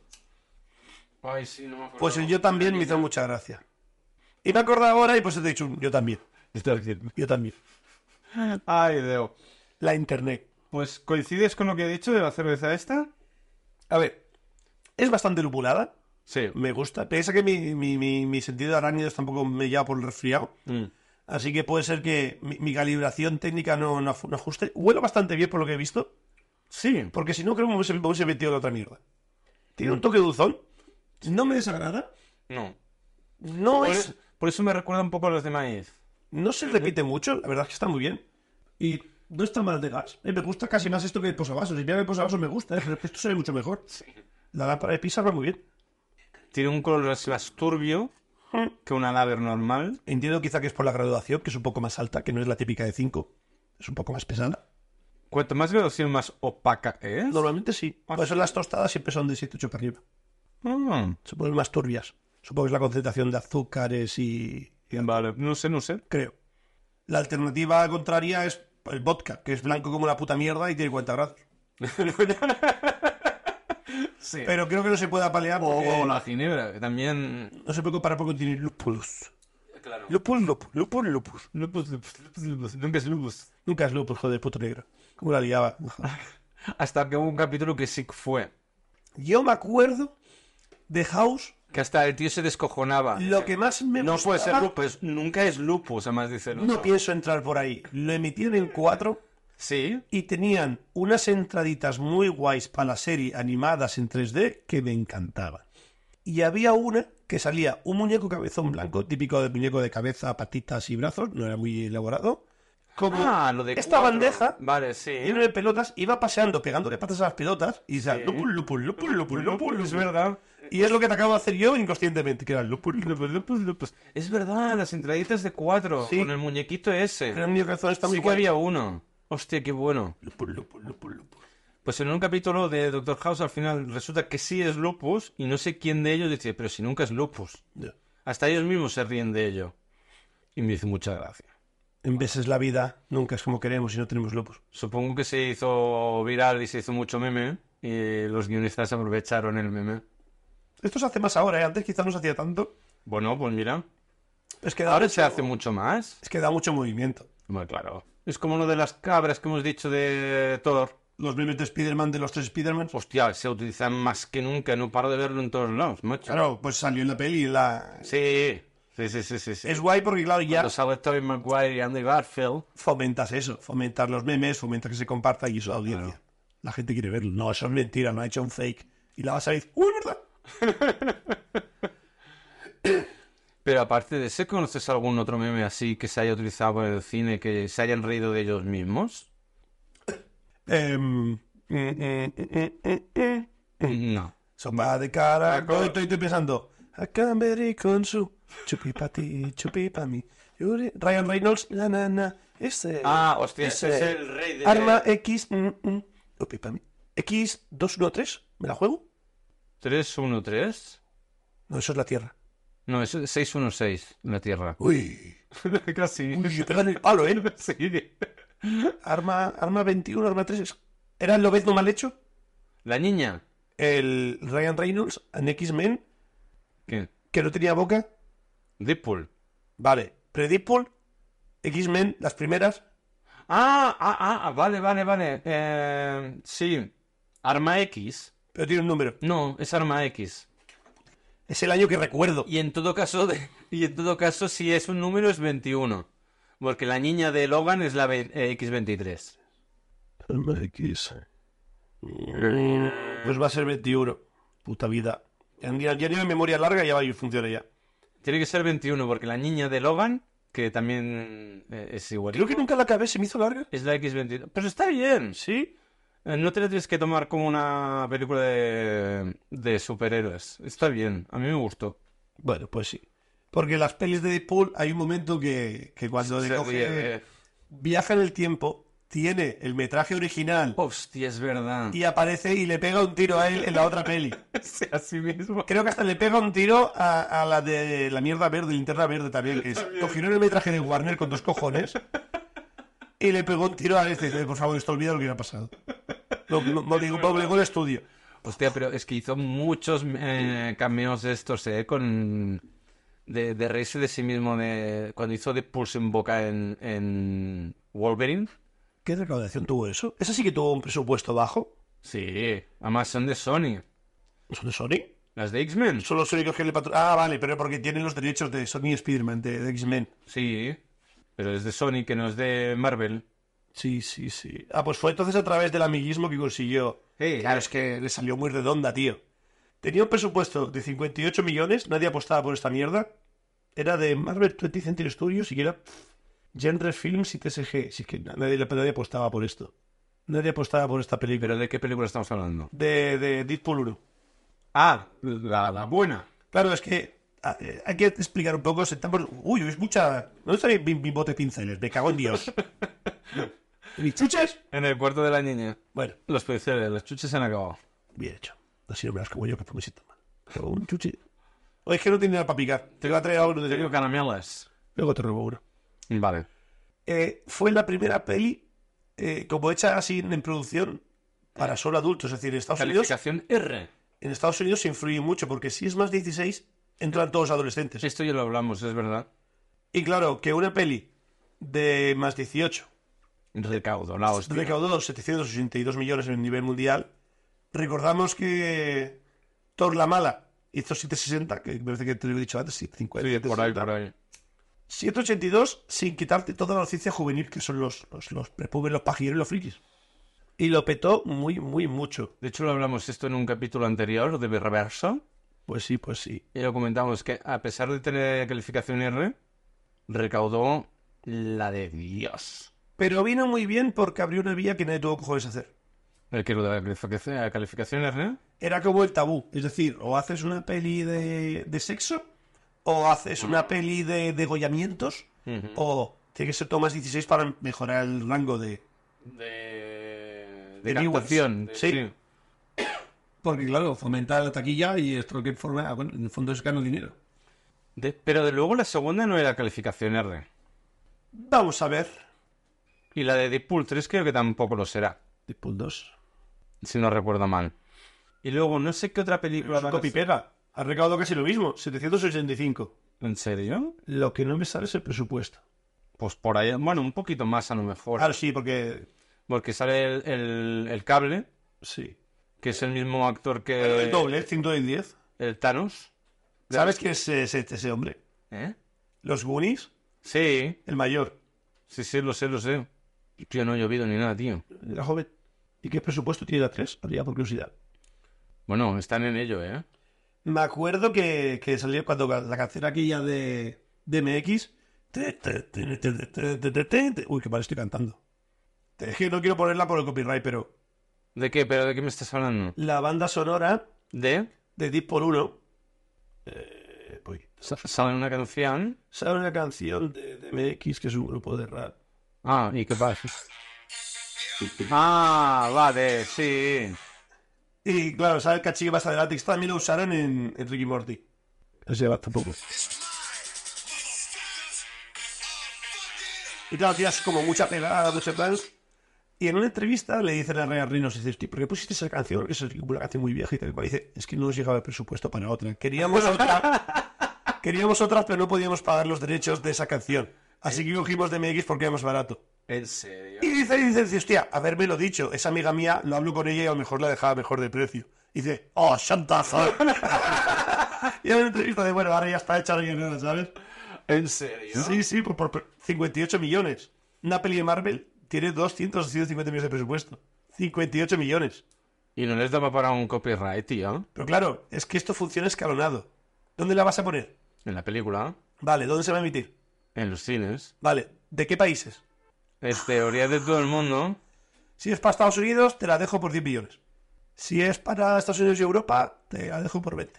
S3: Ay, sí, no me acuerdo.
S2: Pues el yo también me hizo mucha gracia. Y me acordado ahora y pues te he dicho, un yo también. Yo también.
S3: Ay, Deo.
S2: La internet.
S3: Pues, ¿coincides con lo que he dicho de la cerveza esta?
S2: A ver, es bastante lupulada.
S3: Sí.
S2: Me gusta. Piensa que mi, mi, mi, mi sentido de arácnidos tampoco me lleva por el resfriado.
S3: Mm.
S2: Así que puede ser que mi, mi calibración técnica no, no, af- no ajuste. Huelo bastante bien por lo que he visto.
S3: Sí.
S2: Porque si no, creo que me hubiese, me hubiese metido en otra mierda. Tiene un toque dulzón. No me desagrada.
S3: No. Pues
S2: No
S3: Por,
S2: es.
S3: por eso me recuerda un poco a los de maíz.
S2: No se repite mucho. La verdad es que está muy bien. Y no está mal de gas. Eh, me gusta casi más esto que el posavasos. Si mira el posavasos me gusta, eh, pero esto se ve mucho mejor. La lámpara de pizza va muy bien.
S3: Tiene un color así más turbio que una laver normal.
S2: Entiendo quizá que es por la graduación, que es un poco más alta, que no es la típica de 5. Es un poco más pesada.
S3: Cuanto más graduación, más opaca es.
S2: Normalmente sí. Por eso las tostadas siempre son de 7, 8 para arriba.
S3: Ah,
S2: Se ponen más turbias. Supongo que es la concentración de azúcares y... y algo,
S3: vale, no sé, no sé.
S2: Creo. La alternativa contraria es el vodka, que es blanco como la puta mierda y tiene 40 grados.
S3: Sí.
S2: Pero creo que no se puede apalear
S3: O,
S2: porque
S3: o la ginebra, que también...
S2: no se puede comparar porque tiene lúpulos. Lúpul, lúpul, lúpul, lúpus.
S3: Lupus, lupus, lupus, lupus, nunca es lupus.
S2: Nunca es lúpul, joder, puto negro. Como la liaba.
S3: Hasta que hubo un capítulo que sí que fue.
S2: Yo me acuerdo de House,
S3: Que hasta el tío se descojonaba.
S2: lo que más me
S3: No puede ser
S2: gustaba-
S3: lupus, nunca es lupus, además dice el
S2: No
S3: otro.
S2: pienso entrar por ahí. Lo emitieron en cuatro
S3: Sí,
S2: y tenían unas entraditas muy guays para la serie animadas en 3D que me encantaban. Y había una que salía un muñeco cabezón blanco, típico del muñeco de cabeza, patitas y brazos, no era muy elaborado. Como
S3: Ah, lo de
S2: esta
S3: cuatro.
S2: bandeja
S3: Vale, sí.
S2: lleno de pelotas iba paseando, pegándole patas a las pelotas y decía, lupul, lupul, lupul, lupul, lupul,
S3: Es verdad.
S2: Y es lo que te acabo de hacer yo inconscientemente, que era lupul, lupul, lupul.
S3: Es verdad, las entraditas de cuatro.
S2: Sí.
S3: Con el muñequito ese.
S2: Era un muñeco cabezón, está muy
S3: sí que
S2: guay.
S3: había uno. Hostia, qué bueno.
S2: Lupul, lupul, lupul, lupul.
S3: Pues en un capítulo de Doctor House al final resulta que sí es lupus y no sé quién de ellos dice, pero si nunca es lupus.
S2: Ya.
S3: Hasta ellos mismos se ríen de ello. Y me hizo mucha gracia.
S2: En veces la vida nunca es como queremos y no tenemos lupus.
S3: Supongo que se hizo viral y se hizo mucho meme y los guionistas aprovecharon el meme.
S2: Esto se hace más ahora, ¿eh? antes quizás no se hacía tanto.
S3: Bueno, pues mira,
S2: Es que da
S3: ahora
S2: mucho-
S3: se hace mucho más.
S2: Es que da mucho movimiento.
S3: Bueno, claro. Es como lo de las cabras que hemos dicho de Thor.
S2: Los memes de Spider-Man de los tres Spider-Man. pues,
S3: Hostia, se utilizan más que nunca. No paro de verlo en todos lados, macho.
S2: Claro, pues salió en la peli. La...
S3: Sí, sí, sí, sí. sí, sí.
S2: Es guay porque, claro, ya
S3: Cuando sale Tobey Maguire y Andy Garfield.
S2: fomentas eso. Fomentas los memes, fomentas que se comparta y eso, audiencia. La gente quiere verlo. No, eso es mentira, no ha hecho un fake. Y la vas a decir, ¡Uy, verdad!
S3: Pero aparte de ese, ¿conoces algún otro meme así que se haya utilizado en el cine, que se hayan reído de ellos mismos?
S2: Em, mm, mm, mm, mm, mm.
S3: No.
S2: Sombra de
S3: Ah,
S2: cara. Estoy, estoy, estoy pensando. I can be con su chupi pa ti, chupi pa mí. Yuri- Ryan Reynolds, la nana. Este.
S3: Ah, hostia,
S2: Ese-
S3: ese es el rey de...
S2: Arma X. mm, mm, chupi pa mí. X213. ¿Me la juego?
S3: 313.
S2: No, eso es la tierra.
S3: No, es 616, la Tierra.
S2: Uy.
S3: Casi.
S2: Uy, pegan el palo, ¿eh?
S3: Sí.
S2: Arma, arma 21, arma 3. es- ¿Era el lobezno mal hecho?
S3: La niña.
S2: El Ryan Reynolds en X-Men,
S3: ¿Qué?
S2: que no tenía boca.
S3: Deadpool.
S2: Vale. Predipol, X-Men, las primeras.
S3: Ah, ah, ah, ah, vale, vale, vale. Eh, sí. Arma X.
S2: Pero tiene un número.
S3: No, es Arma X.
S2: Es el año que recuerdo.
S3: Y en todo caso, de- y en todo caso, si es un número es 21. Porque la niña de Logan es la ve- eh, X23.
S2: Pues va a ser 21. Puta vida. Ya ni- ya tiene memoria larga y ya va a ir funciona ya.
S3: Tiene que ser 21 porque la niña de Logan, que también eh, es igual,
S2: Creo que nunca la acabé, se me hizo larga.
S3: es la X23. Pero está bien.
S2: Sí.
S3: Eh, No te la tienes que tomar como una película de, de superhéroes. Está bien. A mí me gustó.
S2: Bueno, pues sí. Porque en las pelis de Deadpool hay un momento que, que cuando le
S3: Se
S2: coge-
S3: ríe, eh.
S2: viaja en el tiempo tiene el metraje original
S3: Hostia, es verdad.
S2: y aparece y le pega un tiro a él en la otra peli.
S3: Sí, así mismo.
S2: Creo que hasta le pega un tiro a, a la de la mierda verde, linterna verde también, que es. Cogieron el metraje de Warner con dos cojones y le pegó un tiro a este. Dice, Por favor, esto olvida lo que hubiera pasado. Lo, lo- lo digo, lo obligó el estudio.
S3: Hostia, pero es que hizo muchos eh, cameos de estos, ¿eh? Con... De, de reírse de sí mismo, de... cuando hizo de Pulse en Boca en, en Wolverine.
S2: ¿Qué recaudación tuvo eso? Esa sí que tuvo un presupuesto bajo.
S3: Sí, además son de Sony.
S2: ¿Son de Sony?
S3: Las de X-Men.
S2: Son los únicos que le patro- Ah, vale, pero porque tienen los derechos de Sony y Spider-Man, de, de X-Men.
S3: Sí, pero es de Sony, que no es de Marvel.
S2: Sí, sí, sí. Ah, pues fue entonces a través del amiguismo que consiguió.
S3: Sí,
S2: Claro, es que le salió muy redonda, tío. Tenía un presupuesto de 58 millones, nadie apostaba por esta mierda. Era de Marvel 20th Century Studios y era pff, Genre Films y TSG. Si es que nadie, nadie apostaba por esto. Nadie apostaba por esta película.
S3: ¿Pero de qué película estamos hablando?
S2: De, de Deadpool 1.
S3: Ah, la, la buena.
S2: Claro, es que a- eh, hay que explicar un poco. Sentamos... Uy, es mucha. ¿Dónde está mi, mi- mi bote de pinceles? Me cago en Dios. ¿Mis chuches?
S3: En el cuarto de la niña.
S2: Bueno,
S3: Los pinceles, los chuches se han acabado.
S2: bien hecho. Así no me las como yo, que después me siento mal. Pero un chuche. O es que no tiene nada para picar. Te voy a traer algo de
S3: Tengo caramelas.
S2: Luego te robo uno.
S3: Vale.
S2: Eh, fue la primera peli eh, como hecha así en producción para solo adultos. Es decir, en Estados Unidos,
S3: Calificación R.
S2: en Estados Unidos se influye mucho porque si es más 16, entran todos adolescentes.
S3: Esto ya lo hablamos, es verdad.
S2: Y claro, que una peli de más 18
S3: Recaudo, la hostia.
S2: recaudó 782 millones en el nivel mundial. Recordamos que Thor la Mala hizo 760, que parece que te lo he dicho antes, sí, 50.
S3: Sí, por ahí,
S2: 760.
S3: por ahí.
S2: 782 sin quitarte toda la ciencia juvenil que son los, los, los prepubes, los pajilleros y los frikis. Y lo petó muy, muy mucho.
S3: De hecho, lo hablamos esto en un capítulo anterior de Reverso.
S2: Pues sí, pues sí.
S3: Y lo comentamos que, a pesar de tener calificación R, recaudó la de Dios.
S2: Pero vino muy bien porque abrió una vía que nadie tuvo cojones a hacer.
S3: El que lo de la calificación- la calificación R.
S2: Era como el tabú. Es decir, o haces una peli de, de sexo, o haces una peli de degollamientos, o tiene que ser todo más 16 para mejorar el rango de...
S3: De.
S2: de
S3: captación.
S2: viewers. Sí. Porque claro, fomentar la taquilla y esto que forma, bueno, en el fondo es ganar dinero.
S3: De- pero de luego la segunda no era calificación R.
S2: Vamos a ver.
S3: Y la de Deadpool 3 creo que tampoco lo será,
S2: Deadpool 2.
S3: si no recuerdo mal. Y luego no sé qué otra película... van a-
S2: Copipera. Ha recaudado casi lo mismo, 785.
S3: ¿En serio?
S2: Lo que no me sale es el presupuesto.
S3: Pues por ahí, bueno, un poquito más a lo mejor.
S2: Claro, sí, porque...
S3: Porque sale el, el- el cable,
S2: Sí.
S3: que es el mismo actor que
S2: El doble, 110.
S3: el Thanos.
S2: ¿Sabes quién es ese, ese hombre?
S3: ¿Eh?
S2: Los Goonies,
S3: Sí,
S2: el mayor.
S3: sí, sí, lo sé, lo sé. Tío, no ha llovido ni nada, tío.
S2: Era joven. ¿Y qué presupuesto tiene la 3? Habría por curiosidad.
S3: Bueno, están en ello, ¿eh?
S2: Me acuerdo que, que salió cuando la canción aquella de, de MX. te, te, te, te, te, te, te, te, te, te. Uy, qué mal estoy cantando. Es que no quiero ponerla por el copyright, pero
S3: ¿De qué? ¿Pero de qué me estás hablando?
S2: la banda sonora
S3: ¿De?
S2: de Deep por 1. Eh, voy.
S3: sa- Sale una canción.
S2: Sale una canción de, de MX que es un grupo de rap.
S3: Ah, ¿y qué pasa? Ah, vale, sí.
S2: Y claro, sabe el cachillo más adelante. que también lo usaron en, en Ricky Morty. No se va tampoco. Y claro, tiras como mucha pegada, mucho tal. Y en una entrevista le dicen a Ryan Reynolds, dice, "Hostia, ¿por qué pusiste esa canción? Que es una canción muy vieja y tal. Y dice, es que no nos llegaba el presupuesto para otra. Queríamos otra. Queríamos otra, pero no podíamos pagar los derechos de esa canción. Así que cogimos DMX porque era más barato.
S3: ¿En serio?
S2: Y dice, dice, dice, hostia, haberme lo dicho, esa amiga mía, lo hablo con ella y a lo mejor la dejaba mejor de precio. Y dice, oh, chantazo. y en una entrevista de, bueno, ahora ya está hecha la guionera, ¿sabes?
S3: ¿En serio?
S2: Sí, sí, por, por- por 58 millones. Una peli de Marvel tiene 200 o 250 millones de presupuesto. 58 millones.
S3: Y no les daba para un copyright, tío,
S2: Pero claro, es que esto funciona escalonado. ¿Dónde la vas a poner?
S3: en la película,
S2: Vale, ¿dónde se va a emitir?
S3: en los cines.
S2: Vale, ¿de qué países?
S3: Es teoría de todo el mundo.
S2: Si es para Estados Unidos, te la dejo por 10 millones. Si es para Estados Unidos y Europa, te la dejo por 20.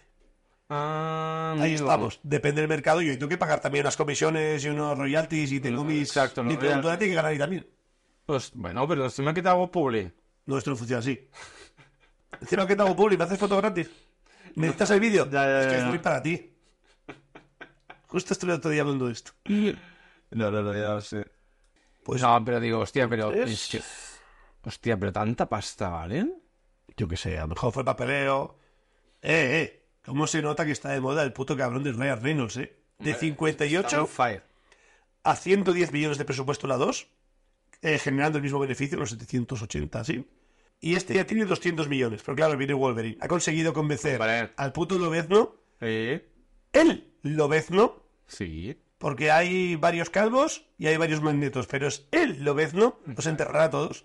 S3: Ah,
S2: Ahí
S3: amigo.
S2: estamos. Depende del mercado. Yo tengo que pagar también unas comisiones y unos royalties y tengo mis...
S3: Exacto, no,
S2: mi productora tiene que ganar ahí también.
S3: Pues bueno, pero encima que te hago publi.
S2: No, esto no funciona así. Encima que te hago public, me haces fotos gratis. ¿Me necesitas el vídeo?
S3: Ya, ya,
S2: Es que
S3: ya,
S2: es
S3: ya.
S2: muy para ti. Justo estoy el otro día hablando de esto.
S3: No, no, no, ya lo sé.
S2: Pues
S3: No, pero digo, hostia, pero.
S2: Es-
S3: es que- Hostia, pero tanta pasta, ¿vale?
S2: yo qué sé, a lo mejor fue papeleo. Eh, eh, cómo se nota que está de moda el puto cabrón de Ryan Reynolds, eh. De 58
S3: fire.
S2: a 110 millones de presupuesto la 2, eh, generando el mismo beneficio, los 780, sí. Y este ya tiene 200 millones, pero claro, viene Wolverine. Ha conseguido convencer
S3: Hombre.
S2: al puto Lobezno,
S3: ¿Eh?
S2: el Lobezno,
S3: Sí.
S2: porque hay varios calvos y hay varios magnetos, pero es el Lobezno, los enterrará a todos.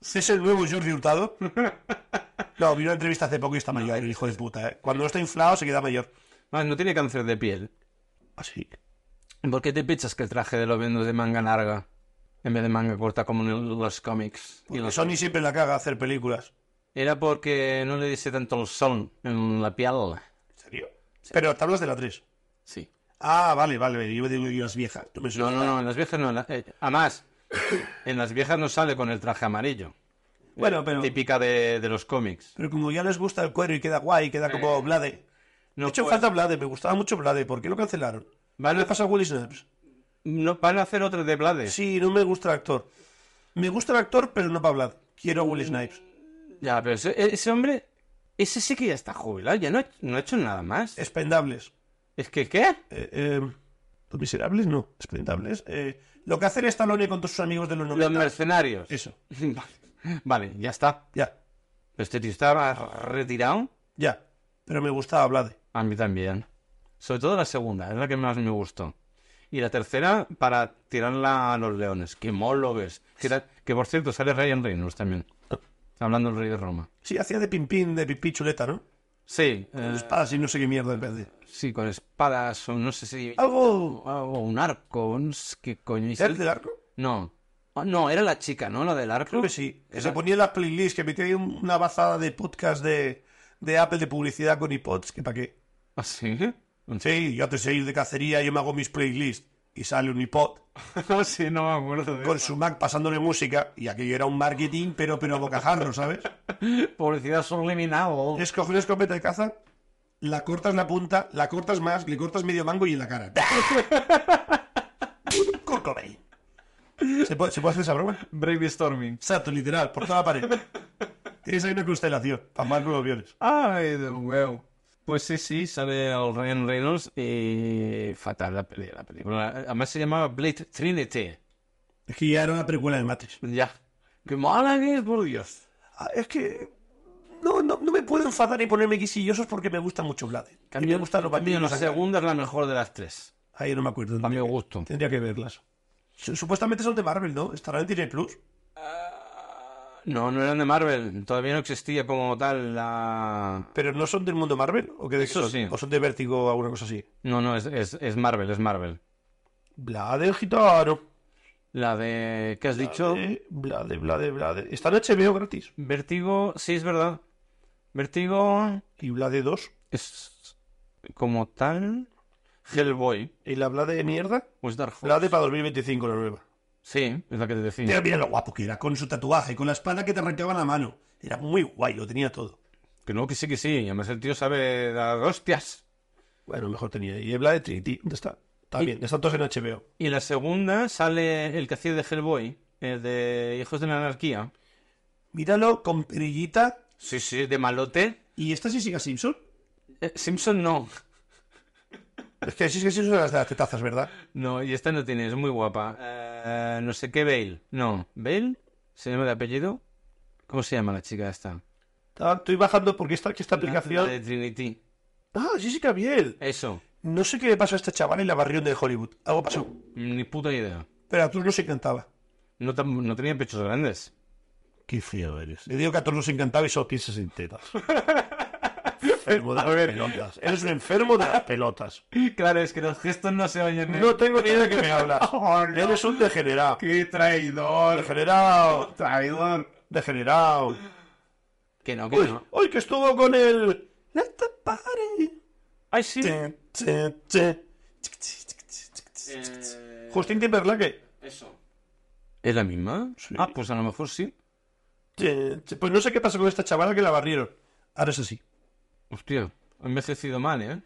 S2: Es el nuevo Jordi Hurtado. No, vi una entrevista hace poco y está mayor, el hijo de puta. eh. Cuando no está inflado se queda mayor.
S3: Ah, no tiene cáncer de piel.
S2: Así.
S3: ¿Por qué te pichas que el traje de los es de manga larga en vez de manga corta como en los cómics? Y
S2: Porque
S3: los-
S2: Sony siempre la caga hacer películas.
S3: Era porque no le dice tanto el sol en la piel.
S2: ¿En serio? Pero te hablas de la 3.
S3: Sí.
S2: Ah, vale, vale, yo digo que ibas vieja. Yo me
S3: No,
S2: suena-
S3: no, no, en las viejas no. en la- eh, además, en las viejas no sale con el traje amarillo.
S2: Bueno, pero,
S3: Típica de, de los cómics.
S2: pero como ya les gusta el cuero y queda guay, queda como Blade.
S3: Eh, No,
S2: de hecho,
S3: puede-
S2: falta Blade, me gustaba mucho Blade. ¿Por qué lo cancelaron?
S3: Van
S2: ¿Qué
S3: a,
S2: le pasa a Willy Snaps?
S3: no, van a hacer otra de Blades.
S2: Sí, no me gusta el actor. Me gusta el actor, pero no para Vlad. Quiero a Will Snipes.
S3: Ya, pero ese, ese hombre, ese sí que ya está jubilado, ya no, ha- no ha hecho nada más. Es,
S2: Expendables.
S3: que, ¿qué?
S2: Eh, eh, Los miserables, no. Expendables. Eh, lo que hacen Stallone con todos sus amigos de los
S3: Los
S2: 90.
S3: mercenarios.
S2: Eso.
S3: Vale, vale, ya está.
S2: Ya,
S3: Pero Este tío estaba retirado.
S2: ya. Pero me gustaba Vlad.
S3: A mí también. Sobre todo la segunda, es la que más me gustó. Y la tercera, para tirarla a los leones. ¡Qué molo que es! Que, era- que, por cierto, sale Ryan Reynolds también.
S2: Ah.
S3: Hablando del rey de Roma.
S2: Sí, hacía de pimpín, de pipí chuleta, ¿no?
S3: Sí, eh,
S2: Espadas y no sé qué mierda en vez de.
S3: sí, con espadas o no sé si...
S2: Algo.
S3: O un arco, un... s- ¿Qué coño?
S2: Ah.
S3: Y
S2: ¿El
S3: sal-
S2: del arco?
S3: No. Ah, No, era la chica, ¿no? La del arco.
S2: Creo que sí. Que se ponía en las playlists, que metía ahí un- una bazada de podcast de, de Apple de publicidad con iPods, que para qué.
S3: ¿Ah, sí?
S2: Sí, yo te sé ir de cacería, yo me hago mis playlists. Y sale un iPod
S3: No, sí, no me acuerdo. de
S2: con su Mac pasándole música. Y aquello era un marketing, pero, pero a bocajarro, ¿sabes?
S3: eso. Publicidad subliminal.
S2: Es coger una escopeta de caza, la cortas la punta, la cortas más, le cortas medio mango y en la cara. Kurt Cobain. ¿Se puede, ¿Se puede hacer esa broma?
S3: Brainstorming.
S2: Exacto, literal, por toda la pared. Tienes ahí una constelación, para más nuevos aviones.
S3: Ay, del huevo. Pues sí, sí, sale el Ryan Reynolds y fatal la peli- la película. Además se llamaba Blade Trinity.
S2: Es que ya era una precuela de Matrix.
S3: Ya. ¡Qué mala que es, por Dios!
S2: Ah, Es que no, no, no me puedo enfadar ni ponerme quisquillosos porque me gusta mucho Blade. A mí me gustan los
S3: cambio,
S2: bandidos.
S3: la segunda es la mejor de las tres.
S2: Ahí no me acuerdo.
S3: A mi
S2: Tendría-
S3: gusto.
S2: Tendría que verlas. Su- Supuestamente son de Marvel, ¿no? Estarán en Disney Plus.
S3: No, no eran de Marvel. Todavía no existía como tal la...
S2: Pero no son del mundo Marvel. ¿O, que de qué
S3: Eso
S2: son?
S3: sí.
S2: ¿O son de Vértigo o alguna cosa así?
S3: No, no, es, es, es Marvel, es Marvel.
S2: Blade el gitano.
S3: La de... ¿Qué has dicho?
S2: Eh, Blade, Blade, Blade. Está en HBO gratis.
S3: Vertigo, sí, es verdad. Vertigo
S2: Y Blade 2.
S3: es como tal Hellboy.
S2: ¿Y la Blade de mierda?
S3: O es Dark Horse.
S2: Blade para 2025, la nueva.
S3: Sí, es la que te decía.
S2: Mira, mira lo guapo que era, con su tatuaje, con la espada que te arrancaba la mano. Era muy guay, lo tenía todo.
S3: Que no, que sí, que sí. Además el tío sabe dar hostias.
S2: Bueno, mejor tenía. Y habla de Trinity. ¿Dónde está? Está
S3: Y-
S2: bien, están todos en HBO.
S3: Y la segunda sale el que hacía de Hellboy, el de Hijos de la Anarquía.
S2: Míralo con perillita.
S3: Sí, sí, de malote.
S2: ¿Y esta sí sigue a Simpson?
S3: Eh, Simpson no.
S2: Es que sí que Simpson es las de las tetazas, ¿verdad?
S3: No, y esta no tiene, es muy guapa. Eh, no sé qué Bale. No, ¿Bale? ¿Se llama de apellido? ¿Cómo se llama la chica esta?
S2: Ah, Estoy bajando porque esta, que esta
S3: La de
S2: aplicación.
S3: Trinity.
S2: Ah, Jessica Biel.
S3: Eso.
S2: No sé qué le pasó a este chaval en la barrión de Hollywood. Algo pasó.
S3: Ni puta idea.
S2: Pero a todos nos encantaba.
S3: No, tam- no tenía pechos grandes.
S2: Qué frío eres. Le digo que a todos nos encantaba y solo piensas en tetas. enfermo de las pelotas. Eres un enfermo de las pelotas.
S3: Claro, es que los gestos no se oyen.
S2: No tengo ni idea de qué me hablas. Eres un degenerado.
S3: Oh, ¡Qué traidor!
S2: Degenerado.
S3: ¡Traidor!
S2: Degenerado.
S3: Que no, que
S2: Uy,
S3: no.
S2: uy, que estuvo con el. Let the party.
S3: ¡Ay, sí!
S2: Tin, tin, tin.
S3: Eh,
S2: Justin Timberlake.
S3: Eso. ¿Es la misma?
S2: Sí.
S3: Ah, pues a lo mejor sí.
S2: Eh, Pues no sé qué pasó con esta chavala que la barrieron. Ahora es así.
S3: Hostia, he envejecido mal, ¿eh?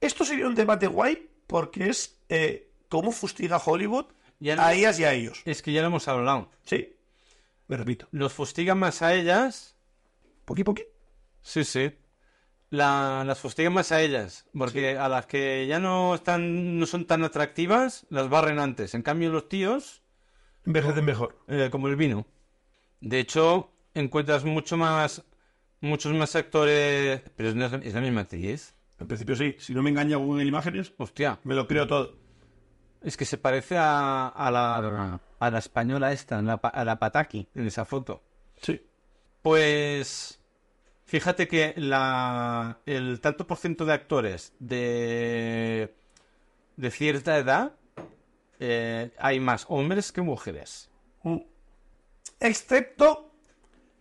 S2: Esto sería un debate guay porque es eh, cómo fustiga Hollywood
S3: Ya no-
S2: a ellas y a ellos.
S3: Es que ya lo hemos hablado.
S2: Sí. Me repito.
S3: ¿Los fustigan más a ellas?
S2: Poqui poqui.
S3: Sí, sí. La- las fustigan más a ellas, porque a las que ya no están, no son tan atractivas, las barren antes. En cambio, los tíos,
S2: Envejecen mejor.
S3: eh, como el vino. De hecho, encuentras mucho más, muchos más actores. Pero no es, la- es la misma actriz.
S2: En principio sí. Si no me engaña Google Imágenes,
S3: Hostia,
S2: me lo creo todo.
S3: es que se parece a, a la, a la española esta, a la, pa- a la Pataki, en esa foto.
S2: Sí.
S3: Pues fíjate que la, el tanto por ciento de actores de, de cierta edad eh, hay más hombres que mujeres.
S2: Mm. Excepto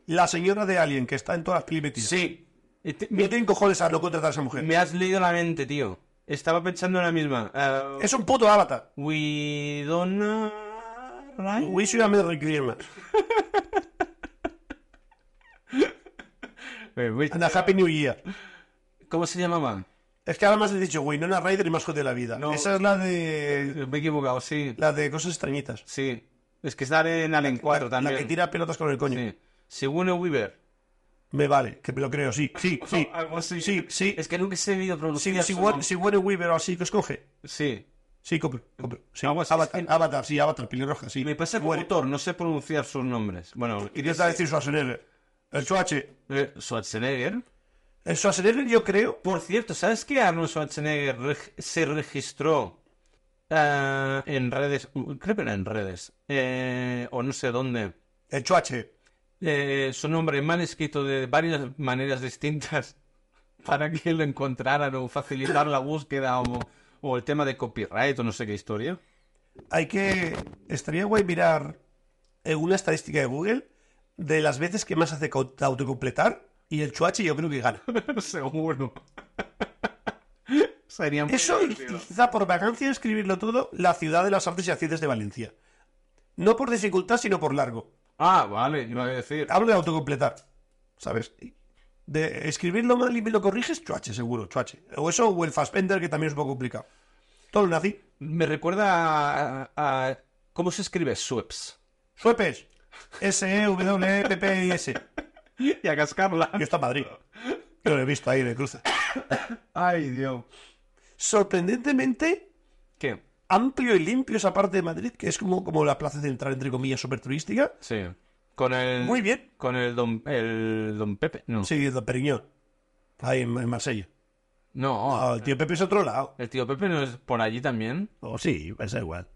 S2: la señora de Alien, que está en todas las películas. metidas.
S3: Sí. Y te-
S2: No
S3: me,
S2: tienen cojones a no contratar a esa mujer.
S3: me has leído la mente, tío. Estaba pensando en la misma. Eh,
S2: Es un puto avatar.
S3: we don't know-
S2: Wish you a Merry Christmas.
S3: Eh, we-
S2: And a Happy New Year.
S3: ¿Cómo se llamaba?
S2: Es que ahora más he dicho, güey, no una Raider y más joder de la vida.
S3: No.
S2: Esa es la de.
S3: Me he equivocado, sí.
S2: La de cosas extrañitas.
S3: Sí. Es que está en Alien 4
S2: La
S3: también.
S2: que tira pelotas con el coño.
S3: Sí. Según Weaver.
S2: Me vale, que me lo creo, sí, sí, sí.
S3: Algo así.
S2: Sí, sí.
S3: Es que nunca se ha debido pronunciar.
S2: Si, si, Warren, si Warren Weaver o así que escoge.
S3: Sí.
S2: Sí, compro. compro. Sí.
S3: Algo así,
S2: Avatar,
S3: es que-
S2: Avatar, sí, Avatar, pelirroja, sí.
S3: Y me pasa como
S2: Warren.
S3: autor, no sé pronunciar sus nombres. Bueno,
S2: Quería decir Schwarzenegger. El Schwarzenegger.
S3: eh, Schwarzenegger.
S2: El Schwarzenegger, yo creo.
S3: Por cierto, ¿sabes que Arnold Schwarzenegger reg- se registró ah, en redes? uh, Creo que era en redes. eh, o no sé dónde.
S2: El Schwarzenegger.
S3: Eh, su nombre mal escrito de varias maneras distintas para que lo encontraran o facilitar la búsqueda o, o el tema de copyright o no sé qué historia.
S2: Hay que. Estaría guay mirar en una estadística de Google de las veces que más hace co- autocompletar. Y el Chuache yo creo que gana.
S3: Seguro. Sería muy
S2: Eso, y
S3: divertido.
S2: quizá por vacancia de escribirlo todo, la ciudad de las artes y acciones de Valencia. No por dificultad, sino por largo.
S3: Ah, vale, iba a decir.
S2: Hablo de autocompletar, ¿sabes? De escribirlo mal y me lo corriges, chuache, seguro, chuache. O eso, o el Fassbender, que también es un poco complicado. Todo lo nazi.
S3: Me recuerda a, a- ¿Cómo se escribe Sweps?
S2: Suepes. S, E W, P, P y S. Yo
S3: Y a cascarla.
S2: está en Madrid. Yo lo he visto ahí de cruce.
S3: Ay, Dios.
S2: Sorprendentemente
S3: ¿Qué?
S2: amplio y limpio esa parte de Madrid, que es como, como la plaza central, entre comillas, súper turística.
S3: Sí. Con el.
S2: Muy bien.
S3: Con el don, el don Pepe. No.
S2: Sí, de Periñón. Ahí en, en Marsella.
S3: No.
S2: Ah, el tío Pepe es otro lado.
S3: El tío Pepe no es por allí también.
S2: O Oh, sí, es igual.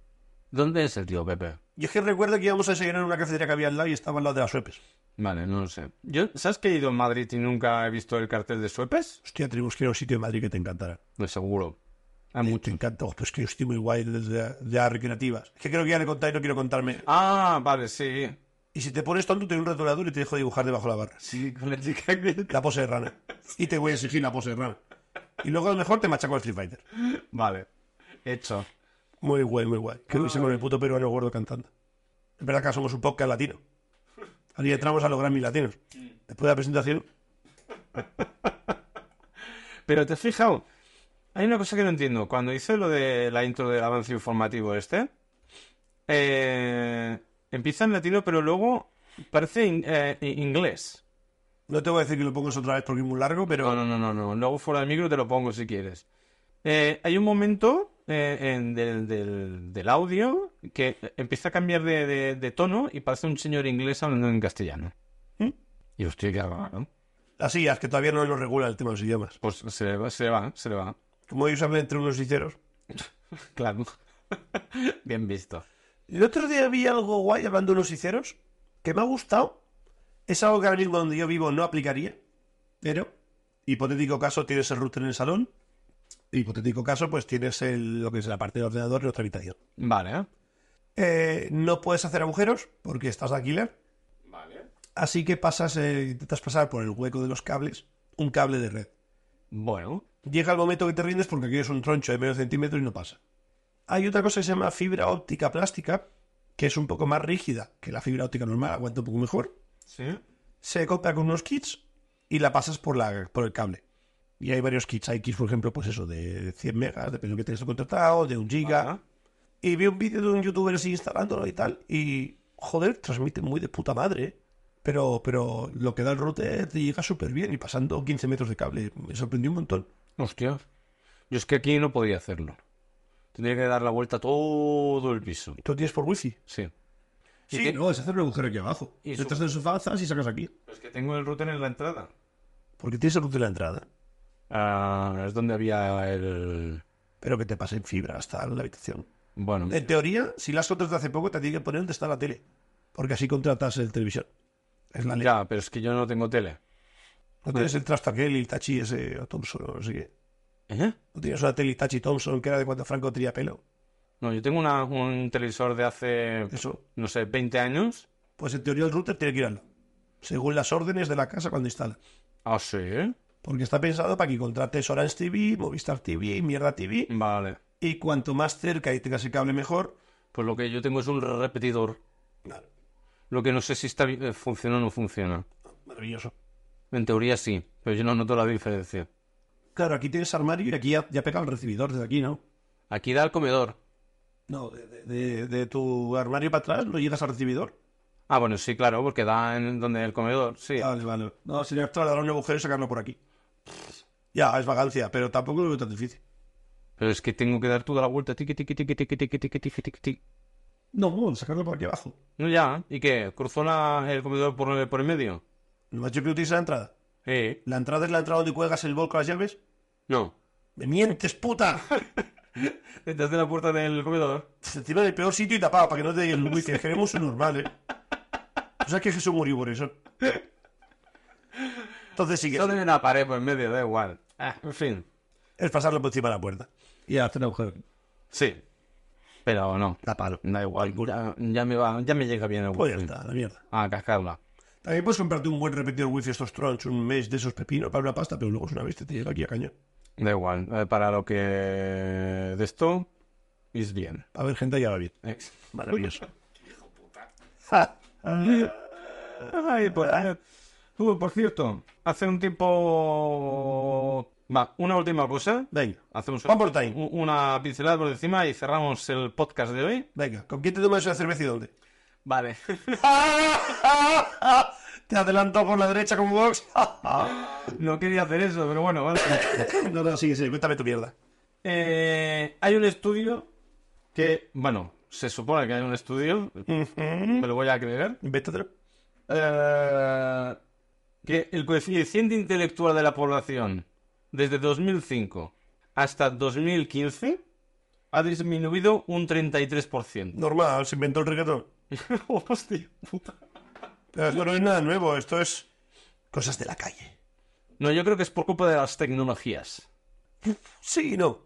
S3: ¿Dónde es el tío Pepe?
S2: Yo es que recuerdo que íbamos a desayunar en una cafetería que había al lado y estaba al lado de las suepes.
S3: Vale, no lo sé. Yo, ¿Sabes que he ido a Madrid y nunca he visto el cartel de Sweps?
S2: Hostia, tenemos que ir a un sitio de Madrid que te encantará.
S3: De Pues seguro. A
S2: Te
S3: mucho.
S2: encanta. Oh, pues que yo estoy muy guay desde de las recreativas. Es que creo que ya le conté y no quiero contarme.
S3: Ah, vale, sí.
S2: Y si te pones tonto, te doy un retorador y te dejo dibujar debajo de la barra.
S3: Sí, con la chica que...
S2: La pose de rana. Y te voy a exigir la pose de rana. Y luego a lo mejor te machaco el Street Fighter.
S3: Vale. Hecho.
S2: Muy guay, muy guay. Que hubiese con el puto peruano gordo cantando. Es verdad que ahora somos un podcast latino. Ahí entramos a los Grammy latinos. Después de la presentación,
S3: Pero te has fijado, hay una cosa que no entiendo. Cuando hice lo de la intro del avance informativo este, eh, empieza en latino, pero luego parece in- eh, in- inglés.
S2: no te voy a decir que lo pongas otra vez porque es muy largo, pero...
S3: No, no, no, no, no. Luego fuera del micro te lo pongo si quieres. Eh, hay un momento eh, en- del, del- del audio que empieza a cambiar de, de- de tono y parece un señor inglés hablando en castellano.
S2: ¿Mm?
S3: Y hostia, qué raro.
S2: Así, es que todavía no lo regula el tema de los idiomas.
S3: Pues se le va, se le va, se le va.
S2: Como ellos hablan entre unos y ceros.
S3: Claro. Bien visto.
S2: El otro día vi algo guay hablando de unos y ceros que me ha gustado. Es algo que ahora mismo donde yo vivo no aplicaría. Pero, hipotético caso, tienes el router en el salón. Hipotético caso, pues tienes el- lo que es la parte del ordenador en otra habitación.
S3: Vale, ¿eh?
S2: Eh, no puedes hacer agujeros porque estás de alquiler. Así que pasas, eh, intentas pasar por el hueco de los cables un cable de red.
S3: Bueno,
S2: Llega el momento que te rindes porque aquí es un troncho de medio centímetro y no pasa. Hay otra cosa que se llama fibra óptica plástica, que es un poco más rígida que la fibra óptica normal, aguanta un poco mejor,
S3: Sí.
S2: se compra con unos kits y la pasas por, la, por el cable. Y hay varios kits. Hay kits, por ejemplo, pues eso, de 100 megas, depende de lo que tengas contratado, de un giga.
S3: Ajá.
S2: Y vi un vídeo de un youtuber así instalándolo y tal. Y, joder, transmite muy de puta madre. ¿eh? Pero, pero lo que da el router te llega súper bien y pasando 15 metros de cable. Me sorprendió un montón.
S3: Hostia. Yo es que aquí no podía hacerlo. Tendría que dar la vuelta a todo el piso.
S2: ¿Tú lo tienes por wifi?
S3: Sí.
S2: Sí,
S3: Y te-
S2: no, es hacer un agujero aquí abajo.
S3: Y
S2: Detrás del sofá zas, y sacas aquí.
S3: Es que tengo el router en la entrada.
S2: Porque tienes el router en la entrada.
S3: Ah, es donde había el...
S2: Pero que te pasen fibra hasta la habitación.
S3: Bueno,
S2: En teoría, si las otras de hace poco, te tienen que poner donde está la tele. Porque así contratas el televisión. Es la ley.
S3: ya, pero es que yo no tengo tele.
S2: No tienes el trasto aquel y el Tachi ese o Thompson o no sé qué.
S3: ¿Eh?
S2: No tienes una tele Tachi Thompson que era de cuando Franco tenía pelo.
S3: No, yo tengo una- un televisor de hace,
S2: Eso.
S3: no sé, 20 años.
S2: Pues en teoría el router tiene que ir al lado, según las órdenes de la casa cuando instala.
S3: Ah, sí, ¿eh?
S2: Porque está pensado para que contrates Orange TV, Movistar TV, Mierda TV.
S3: Vale.
S2: Y cuanto más cerca y tengas el cable, mejor.
S3: Pues lo que yo tengo es un repetidor. Lo que no sé si está, vi- eh, funciona o no funciona.
S2: Maravilloso.
S3: En teoría sí, pero yo no noto la diferencia.
S2: Claro, aquí tienes armario y aquí ya, ya pega el recibidor desde aquí, ¿no?
S3: Aquí da el comedor.
S2: No, de, de- de- de tu armario para atrás no llegas al recibidor.
S3: Ah, bueno, sí, claro, porque da en donde el comedor, sí.
S2: Ah, Vale, vale. No, sería actual dar un agujero y sacarlo por aquí. Ya, es vagancia, pero tampoco lo veo tan difícil.
S3: Pero es que tengo que dar toda la vuelta. Tiqui, tiqui, tiqui, tiqui, tiqui, tiqui, tiqui, tiqui, tiqui.
S2: No, no, sacarlo por aquí abajo.
S3: No, ya. ¿Y qué? ¿Cruzó la- el comedor por el, por el medio?
S2: Nomás yo que utilizas la entrada.
S3: Eh,
S2: La entrada es la entrada donde cuelgas el bol con las llaves.
S3: no.
S2: ¡Me mientes, puta!
S3: Detrás de la puerta del comedor.
S2: Encima del peor sitio y tapado para que no te digas el wifi. Es que vemos un normal, ¿eh? O sea que Jesús murió por eso. Entonces sí que
S3: No tiene una pared por el medio, da igual. Ah, en fin.
S2: es pasarlo por encima de la puerta. Y hacer un agujero.
S3: Sí. Pero no.
S2: Tapalo.
S3: Da igual. Ya, ya me va, ya me llega bien el
S2: Pues ya
S3: wifi.
S2: está, la mierda.
S3: A cascarla.
S2: También puedes comprarte un buen repetidor wifi estos trons, un mes de esos pepinos para una pasta, pero luego es una bestia, te llega aquí a cañón.
S3: Da igual. eh, para lo que de esto es bien.
S2: A ver, gente, ya va bien.
S3: Ex.
S2: Maravilloso.
S3: Ay, por, Tú, por cierto, hace un tiempo... Va, una última cosa.
S2: Venga.
S3: Hacemos
S2: One more time.
S3: u- una pincelada por encima y cerramos el podcast de hoy.
S2: Venga, ¿con quién te tomas una cerveza y dónde?
S3: Vale.
S2: Te adelanto por la derecha como box.
S3: no quería hacer eso, pero bueno, vale.
S2: no, no, sí, sí, cuéntame tu mierda.
S3: Eh, hay un estudio que, bueno, se supone que hay un estudio, me lo voy a creer,
S2: Invéntatelo.
S3: eh, que el coeficiente intelectual de la población desde 2005 hasta 2015 ha disminuido un 33%.
S2: Normal, se inventó el reggaetón.
S3: Hostia, puta.
S2: Pero esto no es nada nuevo, esto es cosas de la calle.
S3: No, yo creo que es por culpa de las tecnologías.
S2: Sí y no.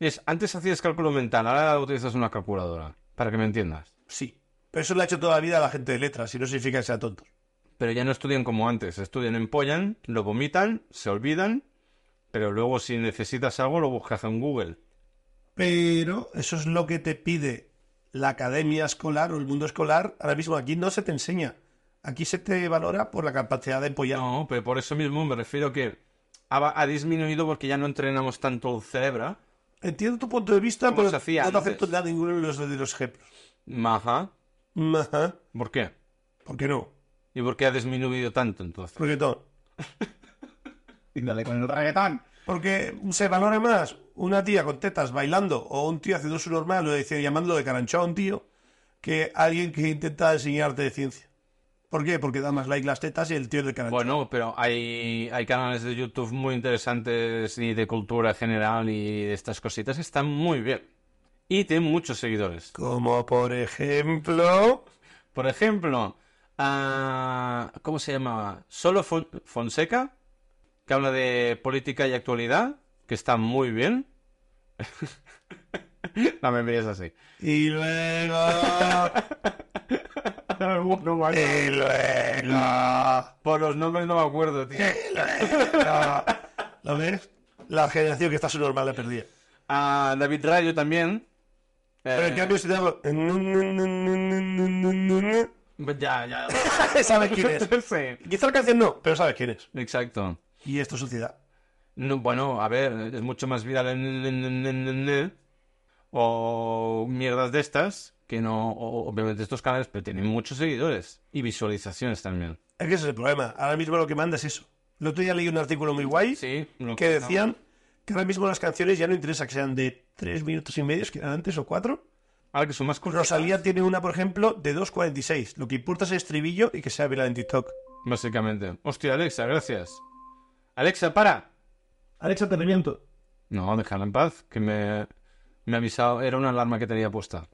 S3: Es, antes hacías cálculo mental, ahora utilizas una calculadora, para que me entiendas.
S2: Sí. Pero eso lo ha hecho toda la vida la gente de letras y no significa que sea tonto.
S3: Pero ya no estudian como antes. Estudian, empollan, lo vomitan, se olvidan, pero luego si necesitas algo lo buscas en Google.
S2: Pero eso es lo que te pide la academia escolar o el mundo escolar. Ahora mismo aquí no se te enseña. Aquí se te valora por la capacidad de empollar.
S3: No, pero por eso mismo me refiero que ha, ba- ha disminuido porque ya no entrenamos tanto el cerebro.
S2: Entiendo tu punto de vista,
S3: Como
S2: pero
S3: se hacía
S2: no te
S3: antes.
S2: acepto nada ninguno de los, de los ejemplos.
S3: Ajá.
S2: Ajá.
S3: ¿Por qué?
S2: ¿Por qué no?
S3: ¿Y por qué ha disminuido tanto entonces?
S2: Reggaetón.
S4: Y dale con el reggaetón.
S2: Porque se valora más una tía con tetas bailando o un tío haciendo su normal, lo decía llamándolo de caranchón, tío, que alguien que intenta enseñarte de ciencia. ¿Por qué? Porque da más like las tetas y el tío es del caranchón.
S3: Bueno, pero hay, hay canales de YouTube muy interesantes y de cultura general y de estas cositas que están muy bien. Y tienen muchos seguidores.
S2: Como por ejemplo.
S3: Por ejemplo, ah, ¿cómo se llamaba? Solo Fon- Fonseca, que habla de política y actualidad, que está muy bien. La memoria es así.
S2: Y luego. y luego.
S3: Eh, Por los nombres no me acuerdo, tío.
S2: ¿Lo ves? La generación que está su normal la perdida.
S3: Ah, David Rayo también,
S2: Pero en cambio, si te hago.
S3: Ya, ya.
S2: ¿Sabes quién es?
S3: Sí.
S2: Quizá la canción no, pero sabes quién es.
S3: Exacto.
S2: Y esto es suciedad.
S3: No, bueno, a ver, es mucho más viral el ne- ne- ne- ne- o mierdas de estas que no, o- obviamente estos canales, pero tienen muchos seguidores y visualizaciones también.
S2: Es que ese es el problema. Ahora mismo lo que manda es eso. El otro día leí un artículo muy guay
S3: Sí, lo
S2: que decían que ahora mismo las canciones ya no interesa que sean de tres minutos y medio, que eran antes, o cuatro.
S3: Ahora que son más curiosos,
S2: Rosalía tiene una, por ejemplo, de 2.46. Lo que importa es el estribillo y que sea viral en TikTok.
S3: básicamente. Hostia, Alexa, gracias. Alexa, para.
S2: Alexa, te reviento.
S3: No, déjala en paz, que me, me ha avisado, era una alarma que tenía puesta.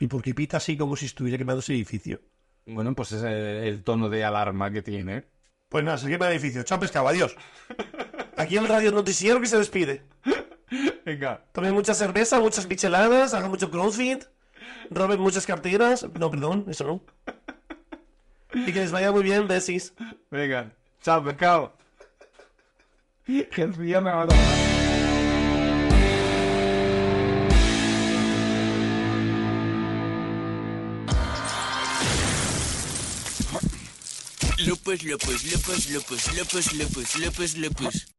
S2: ¿Y por qué pita así como si estuviera quemando ese edificio?
S3: Bueno, pues es el, el tono de alarma que tiene.
S2: Pues nada, se quema el edificio. Chao, pescado, adiós. Aquí el radio noticiero que se despide.
S3: Venga.
S2: Tomen mucha cerveza, muchas micheladas, hagan mucho crossfit, roben muchas carteras. No, perdón, eso no. Y que les vaya muy bien, besis.
S3: Venga, chao, mercado.
S4: Henry ya me ha matado.
S6: Lupus, lupus, lupus, lupus, lupus, lupus, lupus, lupus.